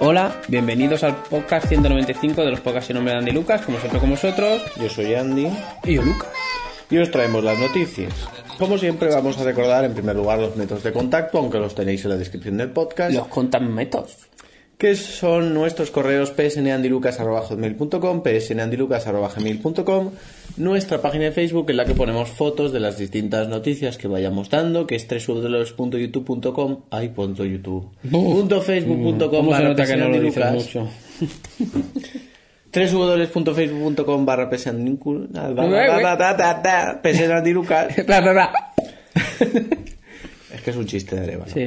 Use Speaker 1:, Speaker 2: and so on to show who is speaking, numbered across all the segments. Speaker 1: Hola, bienvenidos al podcast 195 de los podcasts sin nombre de Andy Lucas, como siempre con vosotros.
Speaker 2: Yo soy Andy
Speaker 1: Y yo, Lucas.
Speaker 2: y os traemos las noticias. Como siempre vamos a recordar en primer lugar los métodos de contacto, aunque los tenéis en la descripción del podcast,
Speaker 1: Los contan metos.
Speaker 2: que son nuestros correos psnandilucas.com, psnandilucas.com, nuestra página de Facebook en la que ponemos fotos de las distintas noticias que vayamos dando, que es www.youtube.com, ay, punto youtube, punto facebook.com
Speaker 1: ¿Cómo se
Speaker 2: barra
Speaker 1: nota que no lo dices
Speaker 2: psnandilucas.
Speaker 1: mucho?
Speaker 2: www.facebook.com barra psnandilucas. Es que es un chiste de Areva. ¿no?
Speaker 1: Sí.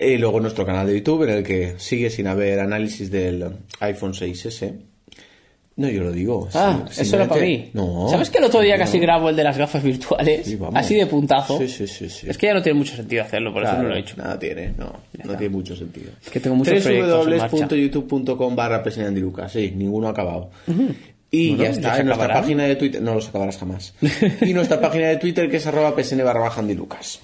Speaker 2: Y luego nuestro canal de YouTube, en el que sigue sin haber análisis del iPhone 6S. No, yo lo digo.
Speaker 1: Ah,
Speaker 2: sí,
Speaker 1: es solo para mí.
Speaker 2: simplemente- No.
Speaker 1: ¿Sabes que el otro día
Speaker 2: no.
Speaker 1: casi grabo el de las gafas virtuales?
Speaker 2: Sí, vamos.
Speaker 1: así de puntazo.
Speaker 2: Sí, sí, sí. sí.
Speaker 1: Es que ya no tiene mucho sentido hacerlo, por eso
Speaker 2: Claro,
Speaker 1: no lo he hecho.
Speaker 2: Nada tiene, no. No tiene mucho sentido.
Speaker 1: Es que tengo muchos proyectos en marcha.
Speaker 2: www.youtube.com barra psnandilucas. Sí, ninguno ha acabado. Y
Speaker 1: Bueno,
Speaker 2: ya
Speaker 1: ¿los
Speaker 2: está, en nuestra
Speaker 1: acabarán?
Speaker 2: página de Twitter. No los acabarás jamás. y nuestra página de Twitter que es arroba psn barra baja andilucas.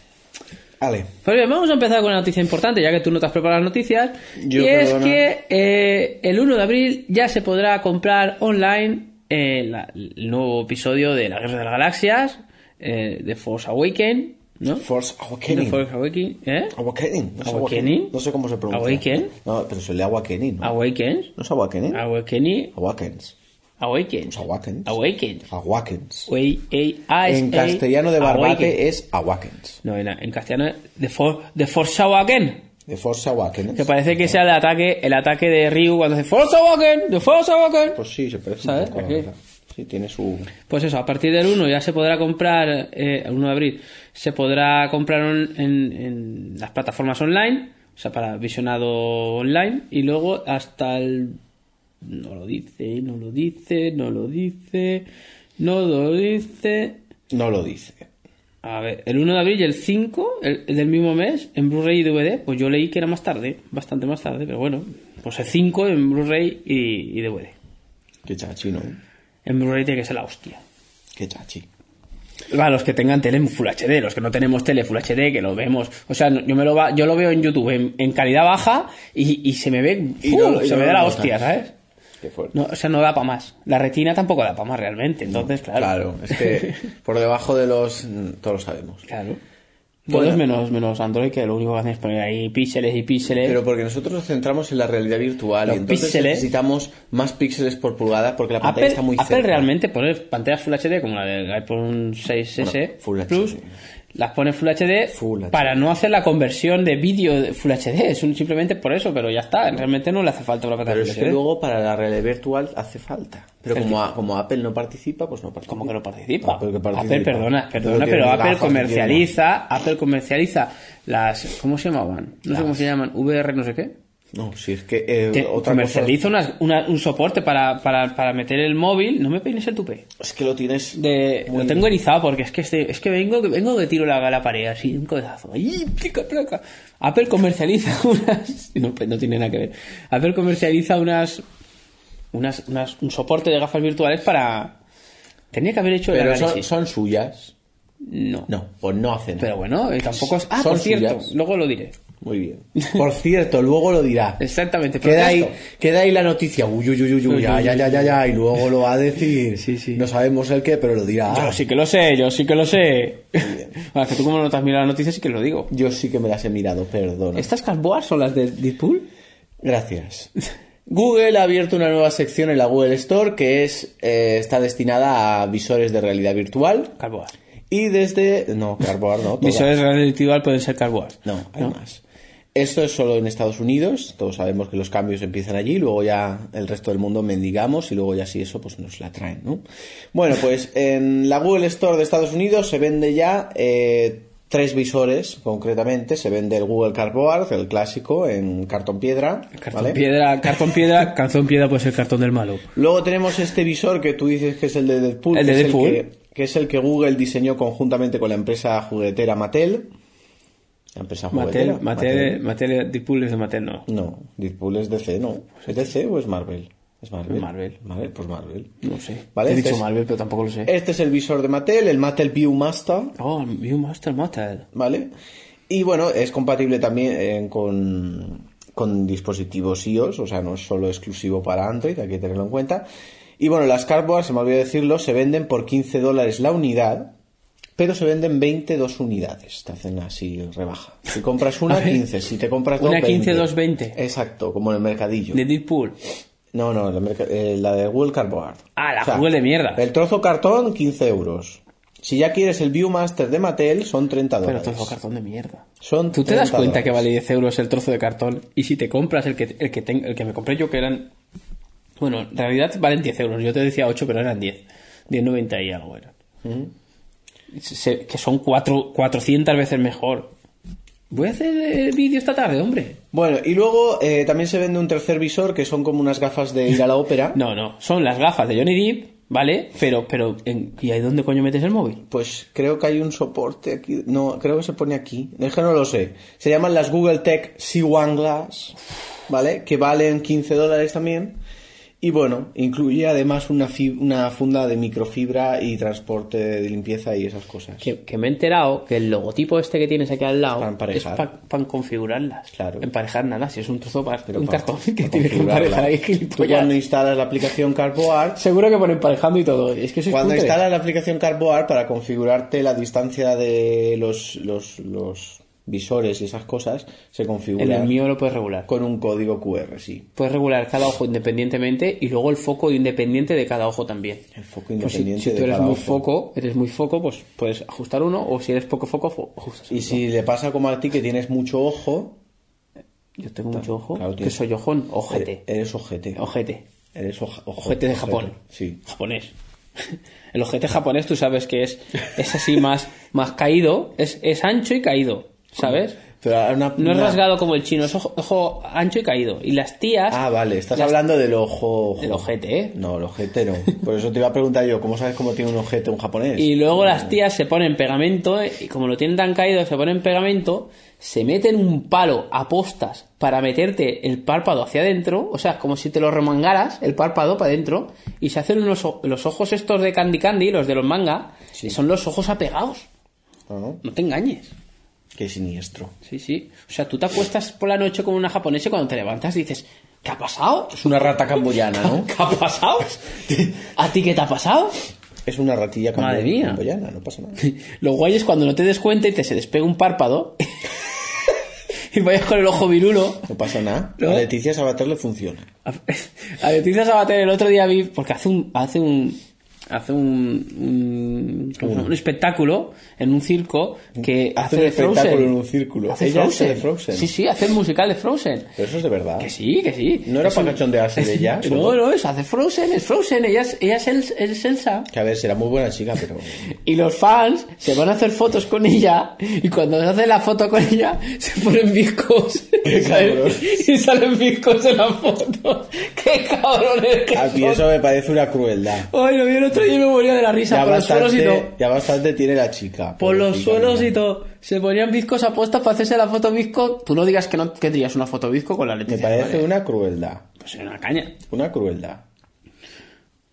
Speaker 2: Vale.
Speaker 1: Pues bien, vamos a empezar con una noticia importante, ya que tú no te has preparado las noticias.
Speaker 2: Yo,
Speaker 1: y es
Speaker 2: perdona.
Speaker 1: que eh, el 1 de abril ya se podrá comprar online eh, la- el nuevo episodio de La Guerra de las Galaxias, eh, de Force Awaken, ¿no?
Speaker 2: Force
Speaker 1: De
Speaker 2: Awakening.
Speaker 1: Force Awaken, ¿eh?
Speaker 2: Awakening. No es
Speaker 1: Awakening.
Speaker 2: No sé cómo se pronuncia.
Speaker 1: Awaken.
Speaker 2: No, pero se lee Awakening. ¿no?
Speaker 1: Awakens,
Speaker 2: ¿No es Awakening?
Speaker 1: Awakening,
Speaker 2: Awakens.
Speaker 1: Awakens,
Speaker 2: Los Awakens.
Speaker 1: Awakens.
Speaker 2: Awakens.
Speaker 1: Way- A- A-
Speaker 2: En
Speaker 1: A-
Speaker 2: castellano de
Speaker 1: Awaken.
Speaker 2: Barbate es Awakens.
Speaker 1: No, en, en castellano es The, For- The Force Awaken.
Speaker 2: De Force Awakens.
Speaker 1: Que parece que sea el ataque, el ataque de Ryu cuando dice Force Awaken, The Force Awaken.
Speaker 2: Pues sí, se parece
Speaker 1: ¿Sabes?
Speaker 2: un poco, la
Speaker 1: Aquí.
Speaker 2: verdad. Sí, tiene su...
Speaker 1: Pues eso, a partir del 1 ya se podrá comprar, eh, el 1 de abril, se podrá comprar on- en, en las plataformas online, o sea, para visionado online, y luego hasta el... No lo dice, no lo dice, no lo dice, no lo dice...
Speaker 2: No lo dice.
Speaker 1: A ver, el 1 de abril y el 5 el- el del mismo mes, en Blu-ray y DVD, pues yo leí que era más tarde, bastante más tarde, pero bueno, pues el 5 en Blu-ray y, y DVD.
Speaker 2: Qué chachi, ¿no?
Speaker 1: En Blu-ray tiene que ser la hostia.
Speaker 2: Qué chachi.
Speaker 1: Va, los que tengan tele en Full HD, los que no tenemos tele Full HD, que lo vemos. O sea, no- yo me lo va, yo lo veo en YouTube en, en calidad baja y, y se me ve.
Speaker 2: Y no-
Speaker 1: ¡uh!
Speaker 2: y
Speaker 1: se
Speaker 2: no
Speaker 1: me
Speaker 2: lo
Speaker 1: da la
Speaker 2: notas.
Speaker 1: hostia, ¿sabes?
Speaker 2: Qué fuerte.
Speaker 1: No, o sea, no da para más. La retina tampoco da para más realmente. Entonces, claro.
Speaker 2: Claro, es que por debajo de los... mm, Todos lo sabemos.
Speaker 1: Claro. Todo es menos, menos Android, que lo único que hacen es poner ahí píxeles y píxeles.
Speaker 2: Pero porque nosotros nos centramos en la realidad virtual
Speaker 1: ¿Eh? Los
Speaker 2: y entonces
Speaker 1: píxeles.
Speaker 2: necesitamos más píxeles por pulgada porque la
Speaker 1: Apple,
Speaker 2: pantalla está muy
Speaker 1: Apple
Speaker 2: cerca.
Speaker 1: realmente pone pantallas Full HD como la del iPhone 6S
Speaker 2: Bueno, Full
Speaker 1: Plus,
Speaker 2: HD.
Speaker 1: las pone Full HD
Speaker 2: Full HD.
Speaker 1: para no hacer la conversión de vídeo de Full HD, es un- simplemente por eso, pero ya está, realmente no le hace falta una
Speaker 2: Pero
Speaker 1: pantalla
Speaker 2: es
Speaker 1: Full
Speaker 2: que
Speaker 1: HD.
Speaker 2: luego para la realidad virtual hace falta. Pero como, a- como Apple no participa, pues no participa.
Speaker 1: Como que no participa.
Speaker 2: Apple
Speaker 1: Apple,
Speaker 2: que participa.
Speaker 1: perdona,
Speaker 2: Pero
Speaker 1: perdona,
Speaker 2: tiene
Speaker 1: pero
Speaker 2: gafas
Speaker 1: Apple
Speaker 2: que tiene.
Speaker 1: comercializa, Apple comercializa las ¿cómo se llamaban? No sé cómo se llaman, VR no sé qué.
Speaker 2: No, si es que eh,
Speaker 1: Que
Speaker 2: otra
Speaker 1: comercializa unas- una- un soporte para, para, para meter el móvil, no me peines el tupé.
Speaker 2: cosa es que lo tienes
Speaker 1: De,
Speaker 2: Muy
Speaker 1: lo tengo erizado porque es que este- es que vengo que vengo que tiro la, la pared así un codazo. ¡Ay, plica, placa! Apple comercializa unas no, pues no tiene nada que ver. Apple comercializa unas unas, unas un soporte de gafas virtuales para tenía que haber hecho el
Speaker 2: pero son,
Speaker 1: análisis.
Speaker 2: son suyas.
Speaker 1: No.
Speaker 2: No, pues no hacen.
Speaker 1: Pero bueno, eh, tampoco es Ah,
Speaker 2: Son
Speaker 1: por cierto,
Speaker 2: suyas.
Speaker 1: luego lo diré.
Speaker 2: Muy bien. Por cierto, luego lo dirá.
Speaker 1: Exactamente, por
Speaker 2: Queda ahí,
Speaker 1: cierto.
Speaker 2: queda ahí la noticia. Uy, uy, uy, uy, uy, ya, ya, ya, ya, ya. Y luego lo va a decir.
Speaker 1: Sí, sí.
Speaker 2: No sabemos el qué, pero lo dirá.
Speaker 1: Yo sí que lo sé, yo sí que lo sé.
Speaker 2: bien.
Speaker 1: Bueno, es que tú como no te has mirado las noticias sí que lo digo.
Speaker 2: Yo sí que me las he mirado, perdona.
Speaker 1: ¿Estas casboas son las de Deadpool?
Speaker 2: Gracias. Google ha abierto una nueva sección en la Google Store que es eh, está destinada a visores de realidad virtual
Speaker 1: Casboas.
Speaker 2: y desde no Carboard no todas.
Speaker 1: Visores realidad pueden ser casboas.
Speaker 2: no hay más. Esto es solo en Estados Unidos. Todos sabemos que los cambios empiezan allí, luego ya el resto del mundo mendigamos y luego ya si eso pues nos la traen, ¿no? Bueno, pues en la Google Store de Estados Unidos se vende ya eh, tres visores concretamente. Se vende el Google Cardboard, el clásico en cartón piedra,
Speaker 1: Cartón
Speaker 2: ¿vale?
Speaker 1: piedra, cartón piedra, cartón piedra puede ser cartón del malo.
Speaker 2: Luego tenemos este visor que tú dices que es el de Deadpool.
Speaker 1: ¿El
Speaker 2: que
Speaker 1: de
Speaker 2: es
Speaker 1: Deadpool?
Speaker 2: que, que es el que Google diseñó conjuntamente con la empresa juguetera Mattel. La empresa juguetera.
Speaker 1: Mattel, Mattel, Mattel, Deadpool es de Mattel, no.
Speaker 2: No, Deadpool es DC, ¿no? ¿Es DC o es Marvel? Es Marvel.
Speaker 1: Marvel.
Speaker 2: pues Marvel.
Speaker 1: No sé.
Speaker 2: Vale,
Speaker 1: He
Speaker 2: este
Speaker 1: dicho
Speaker 2: es-
Speaker 1: Marvel, pero tampoco lo sé.
Speaker 2: Este es el visor de Mattel, el Mattel Viewmaster,
Speaker 1: Oh, Viewmaster Mattel.
Speaker 2: ¿vale? Y bueno, es compatible también eh, con, con dispositivos iOS, o sea, no es solo exclusivo para Android, hay que tenerlo en cuenta. Y bueno, las cardboard, se me olvidó decirlo, se venden por 15 dólares la unidad, pero se venden 22 unidades. Te hacen así rebaja. Si compras una, 15. Si te compras dos,
Speaker 1: Una 15,
Speaker 2: 20.
Speaker 1: dos 20.
Speaker 2: Exacto, como en el mercadillo.
Speaker 1: De Deadpool.
Speaker 2: No, no, la, merca- eh, la de Google Cardboard.
Speaker 1: Ah, la Google de mierda.
Speaker 2: El trozo cartón, 15 euros. Si ya quieres el Viewmaster de Mattel, son 30
Speaker 1: Pero
Speaker 2: dólares.
Speaker 1: trozo de cartón de mierda.
Speaker 2: Son
Speaker 1: ¿Tú te das
Speaker 2: 30
Speaker 1: cuenta que
Speaker 2: dólares.
Speaker 1: vale 10 euros el trozo de cartón? Y si te compras el que, el que, ten- el que me compré yo, que eran. Bueno, en realidad valen 10 euros. Yo te decía 8, pero eran 10. 10,90 y algo eran. Se- que son cuatro 400 veces mejor. Voy a hacer eh, vídeo esta tarde, hombre.
Speaker 2: Bueno, y luego eh, también se vende un tercer visor que son como unas gafas de ir a la ópera.
Speaker 1: No, no. Son las gafas de Johnny Depp, ¿vale? Pero, pero. en- ¿Y ahí dónde coño metes el móvil?
Speaker 2: Pues creo que hay un soporte aquí. No, creo que se pone aquí. Es que no lo sé. Se llaman las Google Tech C1 Glass, ¿vale? Que valen 15 dólares también. Y bueno, incluye además una, fi- una funda de microfibra y transporte de limpieza y esas cosas.
Speaker 1: Que, que me he enterado que el logotipo este que tienes aquí al lado
Speaker 2: Para emparejar.
Speaker 1: es para configurarlas.
Speaker 2: Claro.
Speaker 1: Emparejar nada, si es un trozo para
Speaker 2: Pero
Speaker 1: un
Speaker 2: para-
Speaker 1: cartón que
Speaker 2: para
Speaker 1: tiene que
Speaker 2: configurarla.
Speaker 1: emparejar ahí,
Speaker 2: Tú cuando
Speaker 1: gilipollas.
Speaker 2: instalas la aplicación Carboard,
Speaker 1: Seguro que pone emparejando y todo. Es que sois
Speaker 2: Cuando
Speaker 1: cutres.
Speaker 2: instalas la aplicación Carboard para configurarte la distancia de los, los, los visores y esas cosas, se
Speaker 1: En
Speaker 2: configura
Speaker 1: el mío lo puedes regular.
Speaker 2: con un código QR, sí.
Speaker 1: Puedes regular cada ojo independientemente y luego el foco independiente de cada ojo también.
Speaker 2: El foco
Speaker 1: Pues si,
Speaker 2: independiente
Speaker 1: si tú
Speaker 2: de
Speaker 1: eres
Speaker 2: cada
Speaker 1: muy
Speaker 2: ojo.
Speaker 1: foco, eres muy foco, pues puedes ajustar uno o si eres poco foco, fo- ajustas.
Speaker 2: Y si le pasa como a ti que tienes mucho ojo,
Speaker 1: Yo tengo mucho ojo,
Speaker 2: Claro,
Speaker 1: que
Speaker 2: tienes-
Speaker 1: soy ojón, ojete,
Speaker 2: eh, eres ojete.
Speaker 1: ojete.
Speaker 2: Eres oja- ojo-
Speaker 1: Ojete de Japón.
Speaker 2: Sí.
Speaker 1: Japonés. El ojete japonés, tú sabes que es, es así más, más caído, es, es ancho y caído, ¿sabes?
Speaker 2: Pero ahora una-
Speaker 1: No es
Speaker 2: una-
Speaker 1: rasgado como el chino, es ojo, ojo ancho y caído. Y las tías.
Speaker 2: Ah, vale, estás
Speaker 1: las-
Speaker 2: hablando del ojo. ojo.
Speaker 1: Del ojete, ¿eh?
Speaker 2: No, el ojete no. Por eso te iba a preguntar yo, ¿cómo sabes cómo tiene un ojete un japonés?
Speaker 1: Y luego las tías se ponen pegamento, eh, y como lo tienen tan caído, se ponen pegamento, se meten un palo a postas para meterte el párpado hacia adentro, o sea, como si te lo remangaras, el párpado para adentro, y se hacen unos o- los ojos estos de Candy Candy, los de los manga, que son los ojos apegados.
Speaker 2: Ah,
Speaker 1: No te engañes.
Speaker 2: Qué siniestro.
Speaker 1: Sí, sí. O sea, tú te acuestas por la noche con una japonesa y cuando te levantas dices, ¿qué ha pasado?
Speaker 2: Es una rata camboyana, ¿no?
Speaker 1: ¿Qué ha pasado? ¿A ti qué te ha pasado?
Speaker 2: Es una ratilla cambo-
Speaker 1: Madre mía.
Speaker 2: camboyana, no pasa nada.
Speaker 1: Lo guay es cuando no te des cuenta y te se despega un párpado y vayas con el ojo virulo.
Speaker 2: No pasa nada.
Speaker 1: ¿No?
Speaker 2: A Leticia Sabater le funciona.
Speaker 1: A a Leticia Sabater el otro día vi, porque hace un, hace un, hace un, un- ¿cómo se llama? un espectáculo en un circo que hace,
Speaker 2: Hace un
Speaker 1: de
Speaker 2: espectáculo
Speaker 1: Frozen.
Speaker 2: en un círculo.
Speaker 1: Hace
Speaker 2: Ella hace
Speaker 1: Frozen.
Speaker 2: de Frozen.
Speaker 1: Sí, sí, hace el musical de Frozen.
Speaker 2: Pero eso es de verdad.
Speaker 1: Que sí, que sí.
Speaker 2: No era
Speaker 1: Es
Speaker 2: para
Speaker 1: un-
Speaker 2: cachondearse de ella.
Speaker 1: No,
Speaker 2: solo-
Speaker 1: no, es hace Frozen, es Frozen, ella es, ella es, el, es Elsa.
Speaker 2: Que a ver, será muy buena chica, pero.
Speaker 1: Y los fans se van a hacer fotos con ella y cuando se hace la foto con ella se ponen bizcos.
Speaker 2: Qué
Speaker 1: Y salen-
Speaker 2: cabrón.
Speaker 1: Y salen bizcos en la foto. ¡Qué cabrones! ¡Qué
Speaker 2: A mí
Speaker 1: son!
Speaker 2: Ah, eso me parece una crueldad.
Speaker 1: Ay, lo vi el otro día y me moría de la risa.
Speaker 2: Ya
Speaker 1: Por los suelos y todo.
Speaker 2: bastante, ya bastante tiene la chica.
Speaker 1: Por los
Speaker 2: pobrecita
Speaker 1: suelos
Speaker 2: mía.
Speaker 1: y todo. Se ponían bizcos apuestas para hacerse la foto bizco. Tú no digas que no que tendrías una foto bizco con la
Speaker 2: Me
Speaker 1: Leticia.
Speaker 2: parece
Speaker 1: Vale.
Speaker 2: una crueldad.
Speaker 1: Pues era una caña.
Speaker 2: Una crueldad.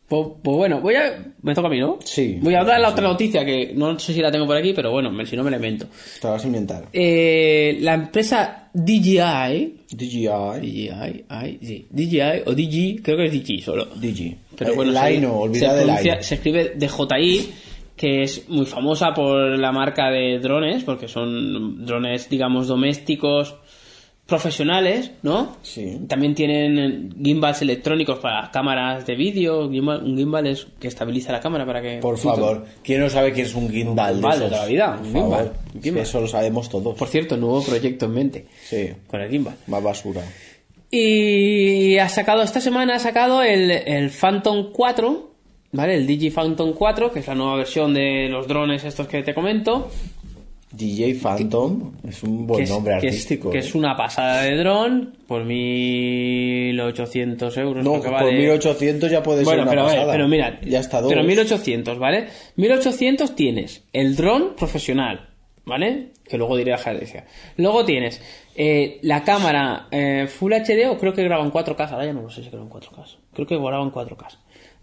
Speaker 1: Pues, pues bueno, voy a... Me toca a mí, ¿no?
Speaker 2: Sí.
Speaker 1: Voy a dar la
Speaker 2: Sí.
Speaker 1: otra noticia que no sé si la tengo por aquí, pero bueno, me- si no me la invento.
Speaker 2: Te la vas a inventar.
Speaker 1: Eh, la empresa DJI,
Speaker 2: DJI.
Speaker 1: DJI, ay, sí, DJI o DJI, creo que es DJI solo.
Speaker 2: DJI.
Speaker 1: Pero bueno,
Speaker 2: el
Speaker 1: se-
Speaker 2: Aino, olvida
Speaker 1: se,
Speaker 2: del
Speaker 1: pronuncia-
Speaker 2: Aino.
Speaker 1: se escribe DJI, que es muy famosa por la marca de drones, porque son drones, digamos, domésticos, profesionales, ¿no?
Speaker 2: Sí.
Speaker 1: También tienen gimbals electrónicos para las cámaras de vídeo. Gimbal- un gimbal es que estabiliza la cámara para que...
Speaker 2: Por favor, ¿quién no sabe quién es un gimbal?
Speaker 1: Gimbal de
Speaker 2: esos?
Speaker 1: toda la vida,
Speaker 2: Por
Speaker 1: un
Speaker 2: favor.
Speaker 1: gimbal, un gimbal.
Speaker 2: Eso lo sabemos todos.
Speaker 1: Por cierto, nuevo proyecto en mente
Speaker 2: Sí,
Speaker 1: con el gimbal.
Speaker 2: más basura.
Speaker 1: Y ha sacado, esta semana ha sacado el, el Phantom 4, ¿vale? El Digi Phantom 4, que es la nueva versión de los drones estos que te comento.
Speaker 2: DJ Phantom es un buen
Speaker 1: que es-
Speaker 2: nombre
Speaker 1: que es-
Speaker 2: artístico.
Speaker 1: Que es,
Speaker 2: ¿eh?
Speaker 1: una pasada de dron, por 1.800 euros.
Speaker 2: No,
Speaker 1: creo que
Speaker 2: por
Speaker 1: vale.
Speaker 2: 1800 ya puede
Speaker 1: Bueno,
Speaker 2: ser una
Speaker 1: pero, a ver,
Speaker 2: pasada.
Speaker 1: pero mira,
Speaker 2: ya está dos.
Speaker 1: Pero 1800, ¿vale? 1800 tienes el dron profesional, ¿vale? Que luego diré la gerencia. Luego tienes eh, la cámara eh, Full HD o creo que graban 4K, ahora ya no lo sé si graban 4K. Creo que graban 4K.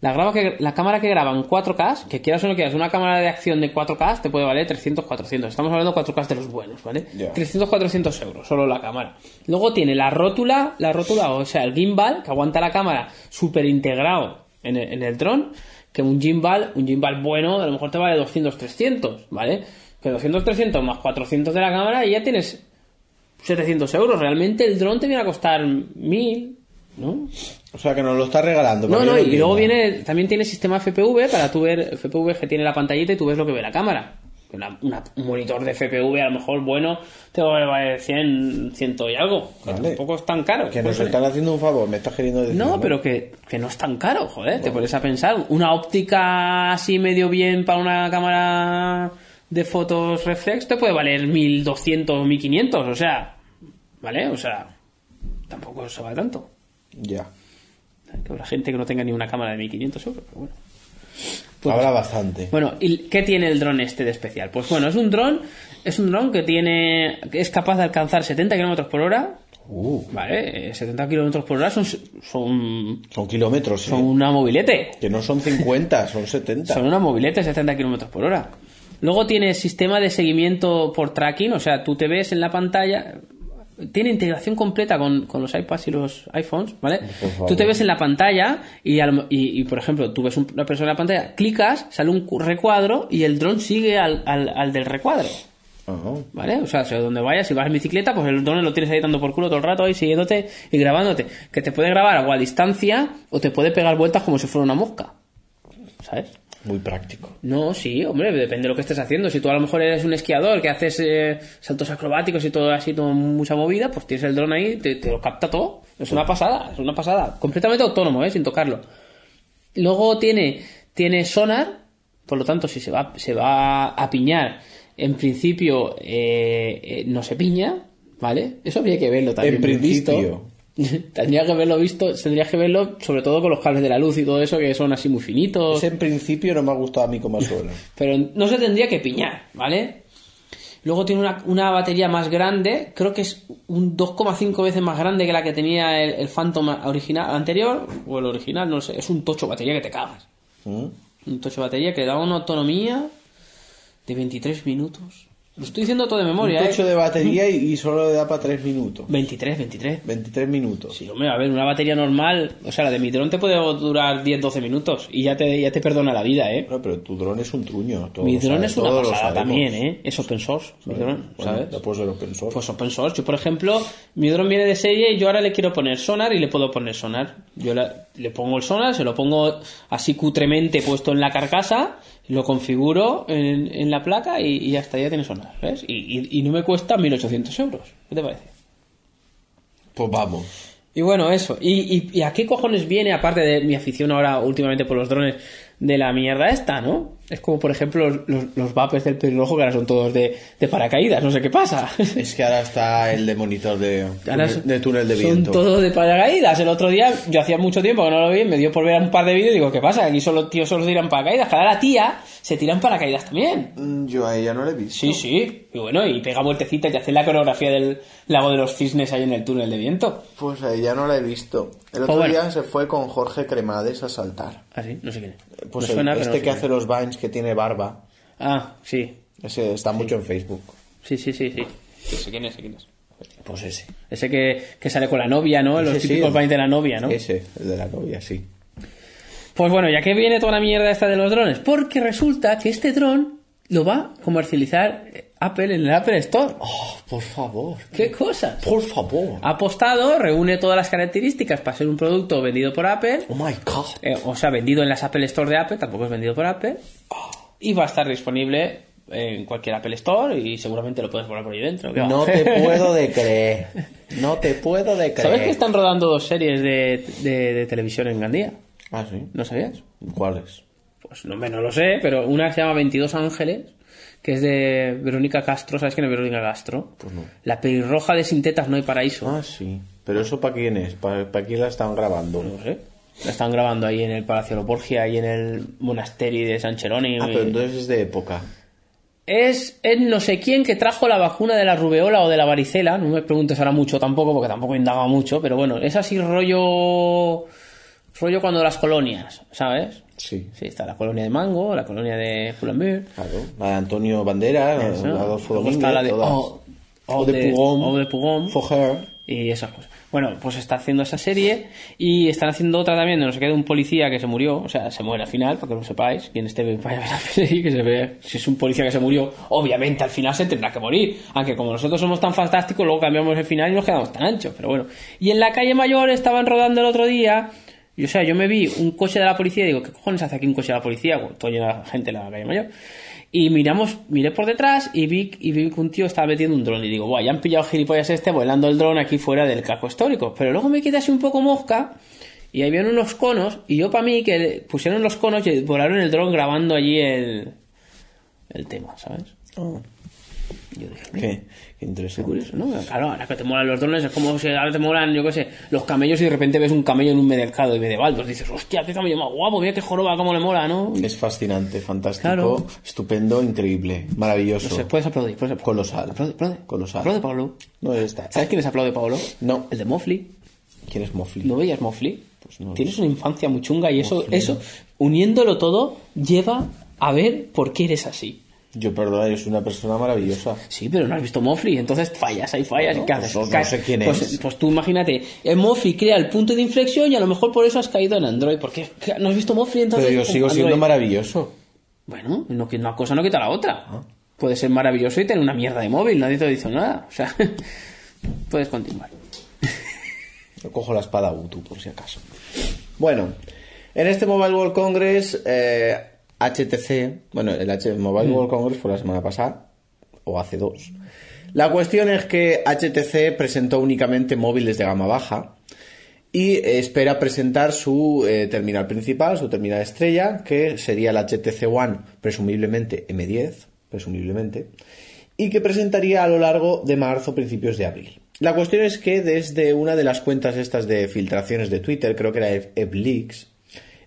Speaker 1: La, graba que, la cámara que graba en 4K, que quieras o no quieras, una cámara de acción de 4K te puede valer 300, 400. Estamos hablando de 4K de los buenos, ¿vale?
Speaker 2: Ya.
Speaker 1: 300, 400 euros, solo la cámara. Luego tiene la rótula, la rótula, o sea, el gimbal, que aguanta la cámara súper integrado en el, en el dron, que un gimbal, un gimbal bueno, a lo mejor te vale 200, 300, ¿vale? Que 200, 300 más 400 de la cámara y ya tienes 700 euros. Realmente el dron te viene a costar 1000, ¿no?
Speaker 2: O sea que nos lo está regalando.
Speaker 1: No,
Speaker 2: pero yo
Speaker 1: no, y
Speaker 2: entiendo.
Speaker 1: luego viene, también tiene sistema FPV para tú ver, FPV que tiene la pantallita y tú ves lo que ve la cámara. Una- una- un monitor de FPV a lo mejor bueno te va a valer 100, 100 y algo. que
Speaker 2: Vale.
Speaker 1: Tampoco es tan caro.
Speaker 2: Que
Speaker 1: Pues,
Speaker 2: nos están haciendo un favor, me estás queriendo decir.
Speaker 1: no, pero que, que no es tan caro, joder, te pones a pensar. Una óptica así medio bien para una cámara de fotos reflex te puede valer 1200 1500, o sea, ¿vale? O sea, tampoco se va tanto.
Speaker 2: Ya.
Speaker 1: Que habrá gente que no tenga ni una cámara de 1500 euros, pero bueno. Pues-
Speaker 2: Habrá bastante.
Speaker 1: Bueno, ¿y qué tiene el dron este de especial? Pues bueno, es un dron, es un dron que tiene, que es capaz de alcanzar 70 kilómetros por hora,
Speaker 2: Uh,
Speaker 1: ¿vale? Eh, 70 kilómetros por hora son, son,
Speaker 2: son kilómetros, ¿eh?
Speaker 1: son una mobilete,
Speaker 2: Que no son 50, son 70.
Speaker 1: son una mobilete 70 kilómetros por hora. Luego tiene sistema de seguimiento por tracking, o sea, tú te ves en la pantalla. Tiene integración completa con, con los iPads y los iPhones, ¿vale?
Speaker 2: Por favor.
Speaker 1: Tú te ves en la pantalla y, a lo- y, y, por ejemplo, tú ves un- una persona en la pantalla, clicas, sale un cu- recuadro y el dron sigue al, al- al del recuadro,
Speaker 2: Ajá.
Speaker 1: ¿vale? O sea, hacia donde vayas, si vas en bicicleta, pues el dron lo tienes ahí dando por culo todo el rato, ahí siguiéndote y grabándote. Que te puede grabar o a distancia o te puede pegar vueltas como si fuera una mosca, ¿sabes?
Speaker 2: Muy práctico.
Speaker 1: No, sí, hombre, depende de lo que estés haciendo. Si tú a lo mejor eres un esquiador que haces eh, saltos acrobáticos y todo así, todo mucha movida, pues tienes el dron ahí, te, te lo capta todo. Es una pasada, es una pasada. Completamente autónomo, ¿eh? Sin tocarlo. Luego tiene, tiene sonar, por lo tanto, si se va, se va a piñar, en principio eh, eh, no se piña, ¿vale? Eso habría que verlo también.
Speaker 2: En
Speaker 1: bien visto.
Speaker 2: principio.
Speaker 1: Tendría que verlo visto, tendrías que verlo sobre todo con los cables de la luz y todo eso que son así muy finitos.
Speaker 2: Ese en principio no me ha gustado a mí como suelo.
Speaker 1: Pero no se tendría que piñar, ¿vale? Luego tiene una, una batería más grande, creo que es un 2,5 veces más grande que la que tenía el, el Phantom original, anterior, o el original, no lo sé, es un tocho batería que te cagas.
Speaker 2: ¿Mm?
Speaker 1: Un tocho batería que da una autonomía de 23 minutos. Lo estoy diciendo todo de memoria,
Speaker 2: Un tocho
Speaker 1: ¿eh?
Speaker 2: de batería y, y solo le da para 3 minutos.
Speaker 1: 23, 23.
Speaker 2: 23 minutos.
Speaker 1: Sí, hombre, a ver, una batería normal, o sea, la de mi dron te puede durar 10, 12 minutos y ya te, ya te perdona la vida, ¿eh?
Speaker 2: Bueno, pero tu dron es un truño. todos
Speaker 1: Mi
Speaker 2: lo
Speaker 1: dron
Speaker 2: saben,
Speaker 1: es una
Speaker 2: todos lo
Speaker 1: pasada
Speaker 2: sabemos.
Speaker 1: también, ¿eh? Es open source, mi dron,
Speaker 2: Bueno,
Speaker 1: ¿sabes?
Speaker 2: Después de lo pensó.
Speaker 1: Pues open source. Yo, por ejemplo, mi dron viene de serie y yo ahora le quiero poner sonar y le puedo poner sonar. Yo la- le pongo el sonar, se lo pongo así cutremente puesto en la carcasa, lo configuro en, en la placa y, y hasta ya tiene sonar, ¿ves? Y, y- y no me cuesta 1.800 euros. ¿Qué te parece?
Speaker 2: Pues vamos.
Speaker 1: Y bueno, eso. ¿Y, y, y a qué cojones viene, aparte de mi afición ahora últimamente por los drones, de la mierda esta, no? Es como, por ejemplo, los, los, los vapes del pelirrojo que ahora son todos de, de paracaídas, no sé qué pasa.
Speaker 2: Es que ahora está el de monitor de,
Speaker 1: Ahora
Speaker 2: túnel-
Speaker 1: son-
Speaker 2: de túnel de
Speaker 1: Son
Speaker 2: viento.
Speaker 1: todos de paracaídas. El otro día, yo hacía mucho tiempo que no lo vi, me dio por ver un par de vídeos y digo, ¿qué pasa? Aquí solo tíos solo tiran paracaídas. Cada la tía se tiran paracaídas también.
Speaker 2: Mm, Yo a ella no le he visto.
Speaker 1: Sí, sí. Y bueno, y pega vueltecitas y hace la coreografía del lago de los cisnes ahí en el túnel de viento.
Speaker 2: Pues a ella no la he visto. El
Speaker 1: Pues
Speaker 2: otro
Speaker 1: bueno.
Speaker 2: día se fue con Jorge Cremades a saltar.
Speaker 1: Ah, sí, no sé quién es.
Speaker 2: Pues
Speaker 1: Me
Speaker 2: el-
Speaker 1: suena, pero
Speaker 2: este
Speaker 1: no sé
Speaker 2: que
Speaker 1: quién
Speaker 2: hace los Vines, que tiene barba.
Speaker 1: es. Ah, sí.
Speaker 2: Ese está mucho en Facebook.
Speaker 1: Sí, sí, sí, sí. Sé quién es, sé quién es.
Speaker 2: Pues ese.
Speaker 1: Ese que, que sale con la novia, ¿no? Los
Speaker 2: Ese sí,
Speaker 1: típicos
Speaker 2: el-
Speaker 1: bailes de la novia, ¿no?
Speaker 2: Ese, el de la novia, sí.
Speaker 1: Pues bueno, ya que viene toda la mierda esta de los drones, porque resulta que este dron lo va a comercializar eh, Apple en el Apple Store.
Speaker 2: Oh, por favor.
Speaker 1: ¡Qué cosas!
Speaker 2: Por favor.
Speaker 1: Ha apostado, reúne todas las características para ser un producto vendido por Apple,
Speaker 2: Oh my god.
Speaker 1: eh, o sea, vendido en las Apple Store de Apple, tampoco es vendido por Apple, y va a estar disponible en cualquier Apple Store y seguramente lo puedes poner por ahí dentro. ¿qué va?
Speaker 2: No te puedo de creer. No te puedo de creer.
Speaker 1: ¿Sabes que están rodando dos series de, de- de televisión en Gandía?
Speaker 2: Ah, sí.
Speaker 1: ¿No sabías?
Speaker 2: ¿Cuáles?
Speaker 1: Pues no, me- no lo sé, pero una se llama 22 Ángeles, que es de Verónica Castro. ¿Sabes quién es Verónica Castro?
Speaker 2: Pues no.
Speaker 1: La pelirroja de Sintetas No hay Paraíso.
Speaker 2: Ah, sí. Pero eso para quién es? ¿Para, para quién la están grabando?
Speaker 1: No sé. La están grabando ahí en el Palacio de los Borgia, ahí en el monasterio de San Jerónimo.
Speaker 2: Ah,
Speaker 1: y-
Speaker 2: pero entonces es de época.
Speaker 1: Es el no sé quién que trajo la vacuna de la rubeola o de la varicela. No me preguntes ahora mucho tampoco, porque tampoco indagaba mucho, pero bueno, es así rollo Rollo cuando las colonias, ¿sabes?
Speaker 2: Sí.
Speaker 1: Sí, está la colonia de Mango, la colonia de Pull&Bear,
Speaker 2: Claro. La de Antonio Bandera,
Speaker 1: Eso.
Speaker 2: la de Adolfo
Speaker 1: Luego
Speaker 2: Domínguez,
Speaker 1: está la de
Speaker 2: todas.
Speaker 1: O- O
Speaker 2: O de
Speaker 1: de-
Speaker 2: Pugón.
Speaker 1: O de Pugón.
Speaker 2: Fojer.
Speaker 1: y esas cosas. Bueno, pues está haciendo esa serie y están haciendo otra también de no sé qué de un policía que se murió, o sea, se muere al final, para que lo sepáis, quien esté vaya a ver la peli, que se ve, si es un policía que se murió, obviamente al final se tendrá que morir, aunque como nosotros somos tan fantásticos, luego cambiamos el final y nos quedamos tan anchos, pero bueno. Y en la calle mayor estaban rodando el otro día, y o sea, yo me vi un coche de la policía y digo, ¿qué cojones hace aquí un coche de la policía? Bueno, todo lleno de gente en la calle mayor. Y miramos, miré por detrás y vi, y vi que un tío estaba metiendo un dron. Y digo, guay, ya han pillado gilipollas este volando el dron aquí fuera del casco histórico. Pero luego me quedé así un poco mosca y ahí vieron unos conos. Y yo para mí que le- pusieron los conos y volaron el dron grabando allí el, el tema, ¿sabes? Oh. Yo dije,
Speaker 2: Qué, qué interesante.
Speaker 1: curioso, ¿no? Claro, ahora que te molan los drones es como si ahora te molan, yo qué sé, los camellos y de repente ves un camello en un mercado y ve de baldos. Dices, hostia, qué camello más guapo, mira qué joroba, cómo le mola, ¿no?
Speaker 2: Es fascinante, fantástico,
Speaker 1: Claro.
Speaker 2: estupendo, increíble, maravilloso.
Speaker 1: No sé, puedes aplaudir, puedes aplaudir.
Speaker 2: Colosal.
Speaker 1: Aplaude, aplaude.
Speaker 2: Colosal.
Speaker 1: Aplaude, Pablo.
Speaker 2: No, ya está.
Speaker 1: ¿Sabes quién es Aplaude Pablo?
Speaker 2: No.
Speaker 1: El de Mofli.
Speaker 2: ¿Quién es Mofli?
Speaker 1: ¿No veías Mofli?
Speaker 2: Pues no.
Speaker 1: Tienes una infancia muy chunga y eso, eso, uniéndolo todo, lleva a ver por qué eres así.
Speaker 2: Yo, perdona, yo soy una persona maravillosa.
Speaker 1: Sí, pero no has visto Mofli, entonces fallas, ahí fallas.
Speaker 2: Bueno,
Speaker 1: ¿Qué
Speaker 2: pues
Speaker 1: haces?
Speaker 2: no- no
Speaker 1: Caes-
Speaker 2: sé quién
Speaker 1: pues,
Speaker 2: es.
Speaker 1: Pues tú imagínate, eh, Mofli crea el punto de inflexión y a lo mejor por eso has caído en Android, porque ¿qué? no has visto Mofli entonces... Pues
Speaker 2: Pero yo sigo siendo
Speaker 1: Android.
Speaker 2: maravilloso.
Speaker 1: Bueno, no, que una cosa no quita la otra. Puede ser maravilloso y tener una mierda de móvil, nadie te dice nada. O sea, puedes continuar.
Speaker 2: Yo cojo la espada Utu, por si acaso. Bueno, en este Mobile World Congress, eh, HTC, bueno, el H Mobile World Congress fue la semana pasada, o hace dos. La cuestión es que HTC presentó únicamente móviles de gama baja y espera presentar su eh, terminal principal, su terminal estrella, que sería el HTC One, presumiblemente M10, presumiblemente, y que presentaría a lo largo de marzo, principios de abril. La cuestión es que desde una de las cuentas estas de filtraciones de Twitter, creo que era F- FLeaks,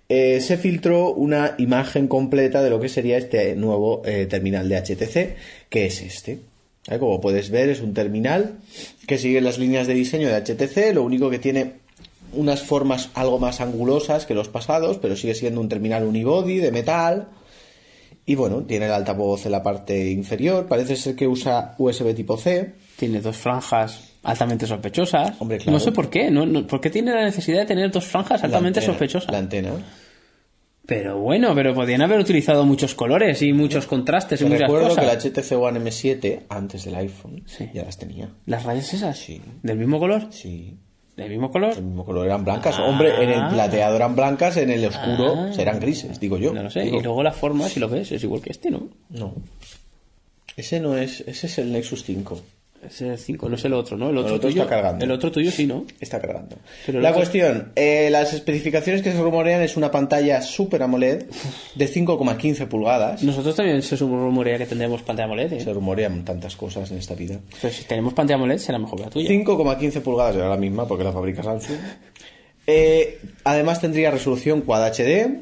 Speaker 2: eh, se filtró una imagen completa de lo que sería este nuevo eh, terminal de HTC, que es este. ¿Vale? Como puedes ver, es un terminal que sigue las líneas de diseño de HTC, lo único que tiene unas formas algo más angulosas que los pasados, pero sigue siendo un terminal unibody de metal. Y bueno, tiene el altavoz en la parte inferior, parece ser que usa USB tipo C.
Speaker 1: tiene dos franjas altamente sospechosas.
Speaker 2: Hombre, claro.
Speaker 1: No sé por qué, no, no- ¿por qué tiene la necesidad de tener dos franjas altamente
Speaker 2: La antena-
Speaker 1: sospechosas?
Speaker 2: La antena.
Speaker 1: Pero bueno, pero podían haber utilizado muchos colores y muchos contrastes y
Speaker 2: Te
Speaker 1: muchas
Speaker 2: recuerdo
Speaker 1: cosas.
Speaker 2: que el HTC One M7, antes del iPhone,
Speaker 1: Sí.
Speaker 2: ya las tenía.
Speaker 1: ¿Las rayas esas?
Speaker 2: Sí.
Speaker 1: ¿Del mismo color?
Speaker 2: Sí.
Speaker 1: ¿Del mismo color?
Speaker 2: El mismo color eran blancas.
Speaker 1: Ah.
Speaker 2: Hombre, en el plateado eran blancas, en el oscuro
Speaker 1: Ah.
Speaker 2: serán grises, digo yo.
Speaker 1: No lo sé.
Speaker 2: Digo,
Speaker 1: Y luego la forma, si lo ves, es igual que este, ¿no?
Speaker 2: No. Ese no es, ese es el Nexus 5.
Speaker 1: Ese es el 5, no es el otro, ¿no? El otro,
Speaker 2: otro
Speaker 1: tuyo,
Speaker 2: está cargando.
Speaker 1: El otro tuyo sí, ¿no?
Speaker 2: Está cargando.
Speaker 1: Pero
Speaker 2: la
Speaker 1: lo que-
Speaker 2: cuestión, eh, las especificaciones que se rumorean es una pantalla Super AMOLED de 5,15 pulgadas.
Speaker 1: Nosotros también se rumorea que tendremos pantalla AMOLED, ¿eh?
Speaker 2: Se rumorean tantas cosas en esta vida.
Speaker 1: Pero si tenemos pantalla AMOLED será mejor que la tuya.
Speaker 2: 5,15 pulgadas era la misma porque la fabrica Samsung. Eh, además tendría resolución Quad HD,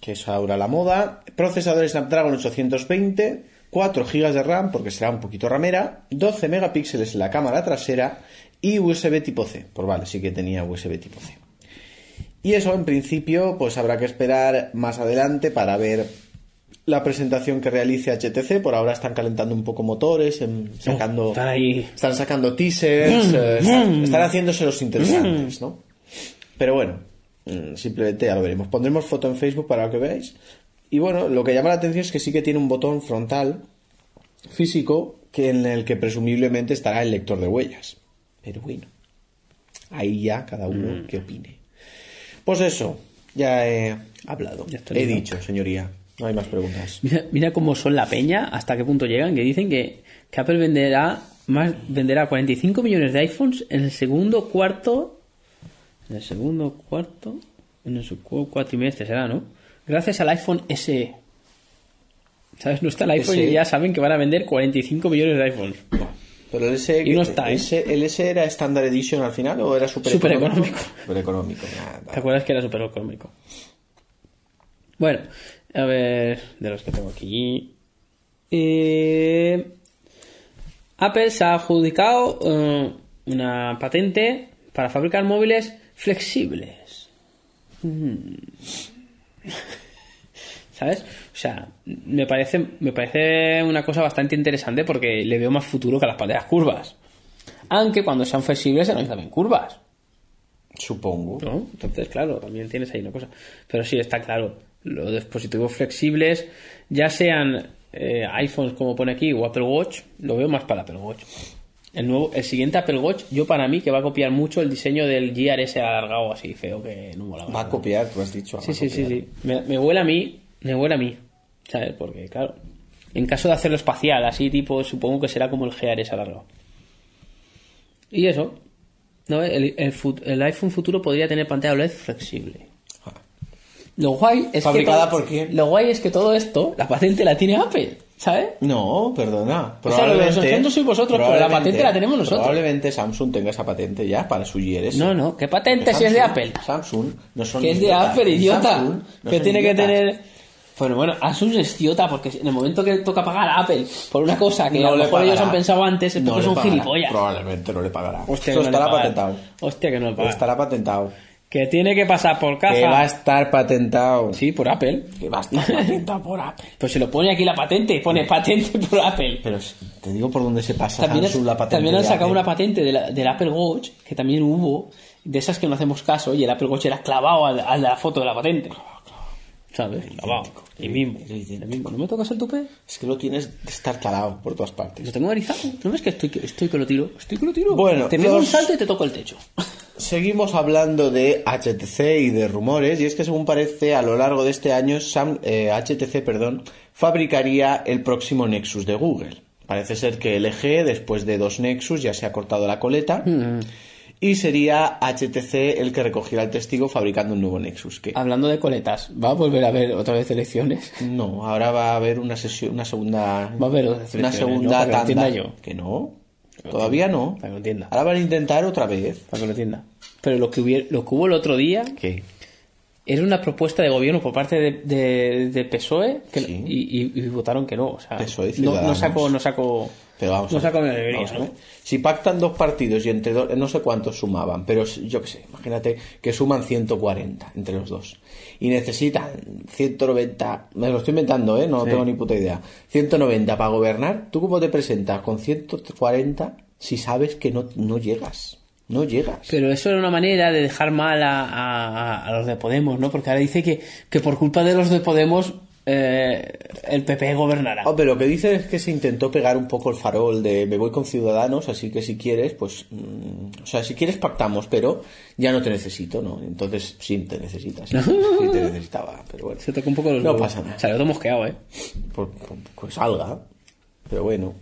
Speaker 2: que es ahora la moda. Procesador Snapdragon 820, 4 GB de RAM porque será un poquito ramera, 12 megapíxeles en la cámara trasera y USB tipo C. Pues vale, sí que tenía USB tipo C. Y eso en principio pues habrá que esperar más adelante para ver la presentación que realice HTC. Por ahora están calentando un poco motores, em, sacando...
Speaker 1: Están ahí.
Speaker 2: Están sacando teasers,
Speaker 1: Mm,
Speaker 2: eh, están, están haciéndose los interesantes, ¿no? Pero bueno, mm, simplemente ya lo veremos. Pondremos foto en Facebook para que veáis. Y bueno, lo que llama la atención es que sí que tiene un botón frontal físico que en el que presumiblemente estará el lector de huellas. Pero bueno, ahí ya cada uno
Speaker 1: Mm.
Speaker 2: que opine. Pues eso, ya he hablado.
Speaker 1: Ya está
Speaker 2: he
Speaker 1: listo.
Speaker 2: dicho, señoría. No hay más preguntas.
Speaker 1: Pues Mira, mira cómo son la peña, hasta qué punto llegan, que dicen que, que Apple venderá más venderá 45 millones de iPhones en el segundo cuarto. En el segundo cuarto. En el su- cu- cuatrimestre será, ¿no? Gracias al iPhone SE. ¿Sabes? No está el iPhone
Speaker 2: SE.
Speaker 1: y ya saben que van a vender 45 millones de iPhones.
Speaker 2: Pero el S,
Speaker 1: Y no está, ¿eh?
Speaker 2: ese- ¿el S era Standard Edition al final o era super
Speaker 1: Super
Speaker 2: económico?
Speaker 1: económico.
Speaker 2: Super económico, nada.
Speaker 1: ¿Te acuerdas que era súper económico? Bueno, a ver, de los que tengo aquí. Eh, Apple se ha adjudicado eh, una patente para fabricar móviles flexibles. ¿Sabes? O sea, me parece, me parece una cosa bastante interesante porque le veo más futuro que a las paleas curvas. Aunque cuando sean flexibles serán también curvas.
Speaker 2: Supongo.
Speaker 1: ¿no? Entonces, claro, también tienes ahí una cosa. Pero sí, está claro. Los dispositivos flexibles, ya sean eh, iPhones como pone aquí o Apple Watch, lo veo más para Apple Watch. El, nuevo, el siguiente Apple Watch, yo para mí que va a copiar mucho el diseño del GRS alargado así feo que no molaba.
Speaker 2: Va a copiar, tú has dicho. va
Speaker 1: Sí,
Speaker 2: a
Speaker 1: sí, sí,
Speaker 2: copiar.
Speaker 1: sí. Me, me huele a mí, me huele a mí. ¿Sabes? Porque, claro, en caso de hacerlo espacial, así tipo, supongo que será como el GRS alargado. Y eso. ¿no? El, el fut- el iPhone futuro podría tener pantalla OLED flexible.
Speaker 2: Ah.
Speaker 1: Lo guay es
Speaker 2: ¿Fabricada
Speaker 1: que
Speaker 2: por quién?
Speaker 1: Lo guay es que todo esto, la patente la tiene Apple, ¿sabes?
Speaker 2: No, perdona.
Speaker 1: O sea, lo de los
Speaker 2: Probablemente,
Speaker 1: ejemplos sois vosotros, pero la
Speaker 2: probablemente-
Speaker 1: patente la tenemos nosotros.
Speaker 2: Probablemente Samsung tenga esa patente ya para su IRS.
Speaker 1: No, no, ¿qué patente si es de
Speaker 2: Samsung-
Speaker 1: Apple?
Speaker 2: Samsung no son
Speaker 1: Que es de
Speaker 2: idiotas.
Speaker 1: Apple, idiota.
Speaker 2: Samsung no
Speaker 1: que
Speaker 2: son
Speaker 1: tiene
Speaker 2: idiotas.
Speaker 1: que tener. Bueno, bueno, Asus es idiota porque en el momento que toca pagar a Apple por una cosa que
Speaker 2: No
Speaker 1: a lo
Speaker 2: le
Speaker 1: mejor ellos
Speaker 2: pagará.
Speaker 1: han pensado antes, es
Speaker 2: No
Speaker 1: porque
Speaker 2: le
Speaker 1: son
Speaker 2: pagará.
Speaker 1: gilipollas.
Speaker 2: Probablemente no le pagará.
Speaker 1: que
Speaker 2: Esto
Speaker 1: no le
Speaker 2: estará
Speaker 1: pagan.
Speaker 2: patentado.
Speaker 1: Hostia, que no le pagan.
Speaker 2: Estará patentado.
Speaker 1: Que tiene que pasar por caja.
Speaker 2: Que va a estar patentado.
Speaker 1: Sí, por Apple.
Speaker 2: Que va a estar patentado por Apple.
Speaker 1: Pues se lo pone aquí la patente, pone patente por Apple.
Speaker 2: Pero es- te digo por dónde se pasa
Speaker 1: También,
Speaker 2: Pues Samsung
Speaker 1: has-
Speaker 2: la patente.
Speaker 1: también han
Speaker 2: de
Speaker 1: sacado
Speaker 2: Apple.
Speaker 1: una patente de la- del Apple Watch, que también hubo, de esas que no hacemos caso, y el Apple Watch era clavado al- a la, foto de la patente. ¿Sabes? Clavado.
Speaker 2: Idéntico,
Speaker 1: Y mismo.
Speaker 2: era idéntico.
Speaker 1: El mismo. ¿No me tocas el tupé?
Speaker 2: Es que lo tienes que estar calado por todas partes.
Speaker 1: Lo tengo erizado. ¿No ves que estoy, que- estoy que lo tiro? Estoy que lo tiro.
Speaker 2: Bueno,
Speaker 1: te pego
Speaker 2: los-
Speaker 1: un salto y te toco el techo.
Speaker 2: Seguimos hablando de HTC y de rumores, y es que según parece, a lo largo de este año, Sam- eh, HTC perdón, fabricaría el próximo Nexus de Google. Parece ser que LG, después de dos Nexus, ya se ha cortado la coleta.
Speaker 1: Mm.
Speaker 2: Y sería HTC el que recogiera el testigo fabricando un nuevo Nexus. Que
Speaker 1: Hablando de coletas, ¿va a volver a ver otra vez elecciones?
Speaker 2: no, ahora va a haber una sesión, una segunda.
Speaker 1: Va a haber otras
Speaker 2: una
Speaker 1: elecciones, ¿no? Para que
Speaker 2: segunda
Speaker 1: lo
Speaker 2: tanda.
Speaker 1: entienda yo.
Speaker 2: Que no, todavía no.
Speaker 1: Para que lo entienda.
Speaker 2: Ahora van a intentar otra vez.
Speaker 1: Para que lo entienda. Pero lo que, hubiera, lo que hubo el otro día
Speaker 2: ¿Qué?
Speaker 1: era una propuesta de gobierno por parte de, de- de PSOE que-
Speaker 2: Sí.
Speaker 1: y, y- y votaron que no. O sea,
Speaker 2: PSOE,
Speaker 1: no, no
Speaker 2: Ciudadanos.
Speaker 1: sacó, no sacó,
Speaker 2: Pero vamos
Speaker 1: no
Speaker 2: a ver,
Speaker 1: sacó mi alegría,
Speaker 2: vamos a
Speaker 1: ¿no?
Speaker 2: ver. Si pactan dos partidos y entre dos, no sé cuántos sumaban, pero s- yo qué sé, imagínate que suman 140 entre los dos. Y necesitan 190, me lo estoy inventando, ¿eh? No tengo ni puta idea. 190 para gobernar. ¿Tú cómo te presentas con 140 si sabes que no, no llegas? No llegas.
Speaker 1: Pero eso era una manera de dejar mal a, a- a los de Podemos, ¿no? Porque ahora dice que, que por culpa de los de Podemos eh, el PP gobernará.
Speaker 2: Hombre, lo que dice es que se intentó pegar un poco el farol de me voy con Ciudadanos, así que si quieres, pues. mm, o sea, si quieres pactamos, pero ya no te necesito, ¿no? Entonces sí te necesitas. Sí, sí te necesitaba, pero bueno.
Speaker 1: Se tocó un poco los
Speaker 2: No
Speaker 1: huevos.
Speaker 2: pasa nada.
Speaker 1: Salió todo mosqueado, ¿eh?
Speaker 2: Pues, pues- pues salga. Pero bueno.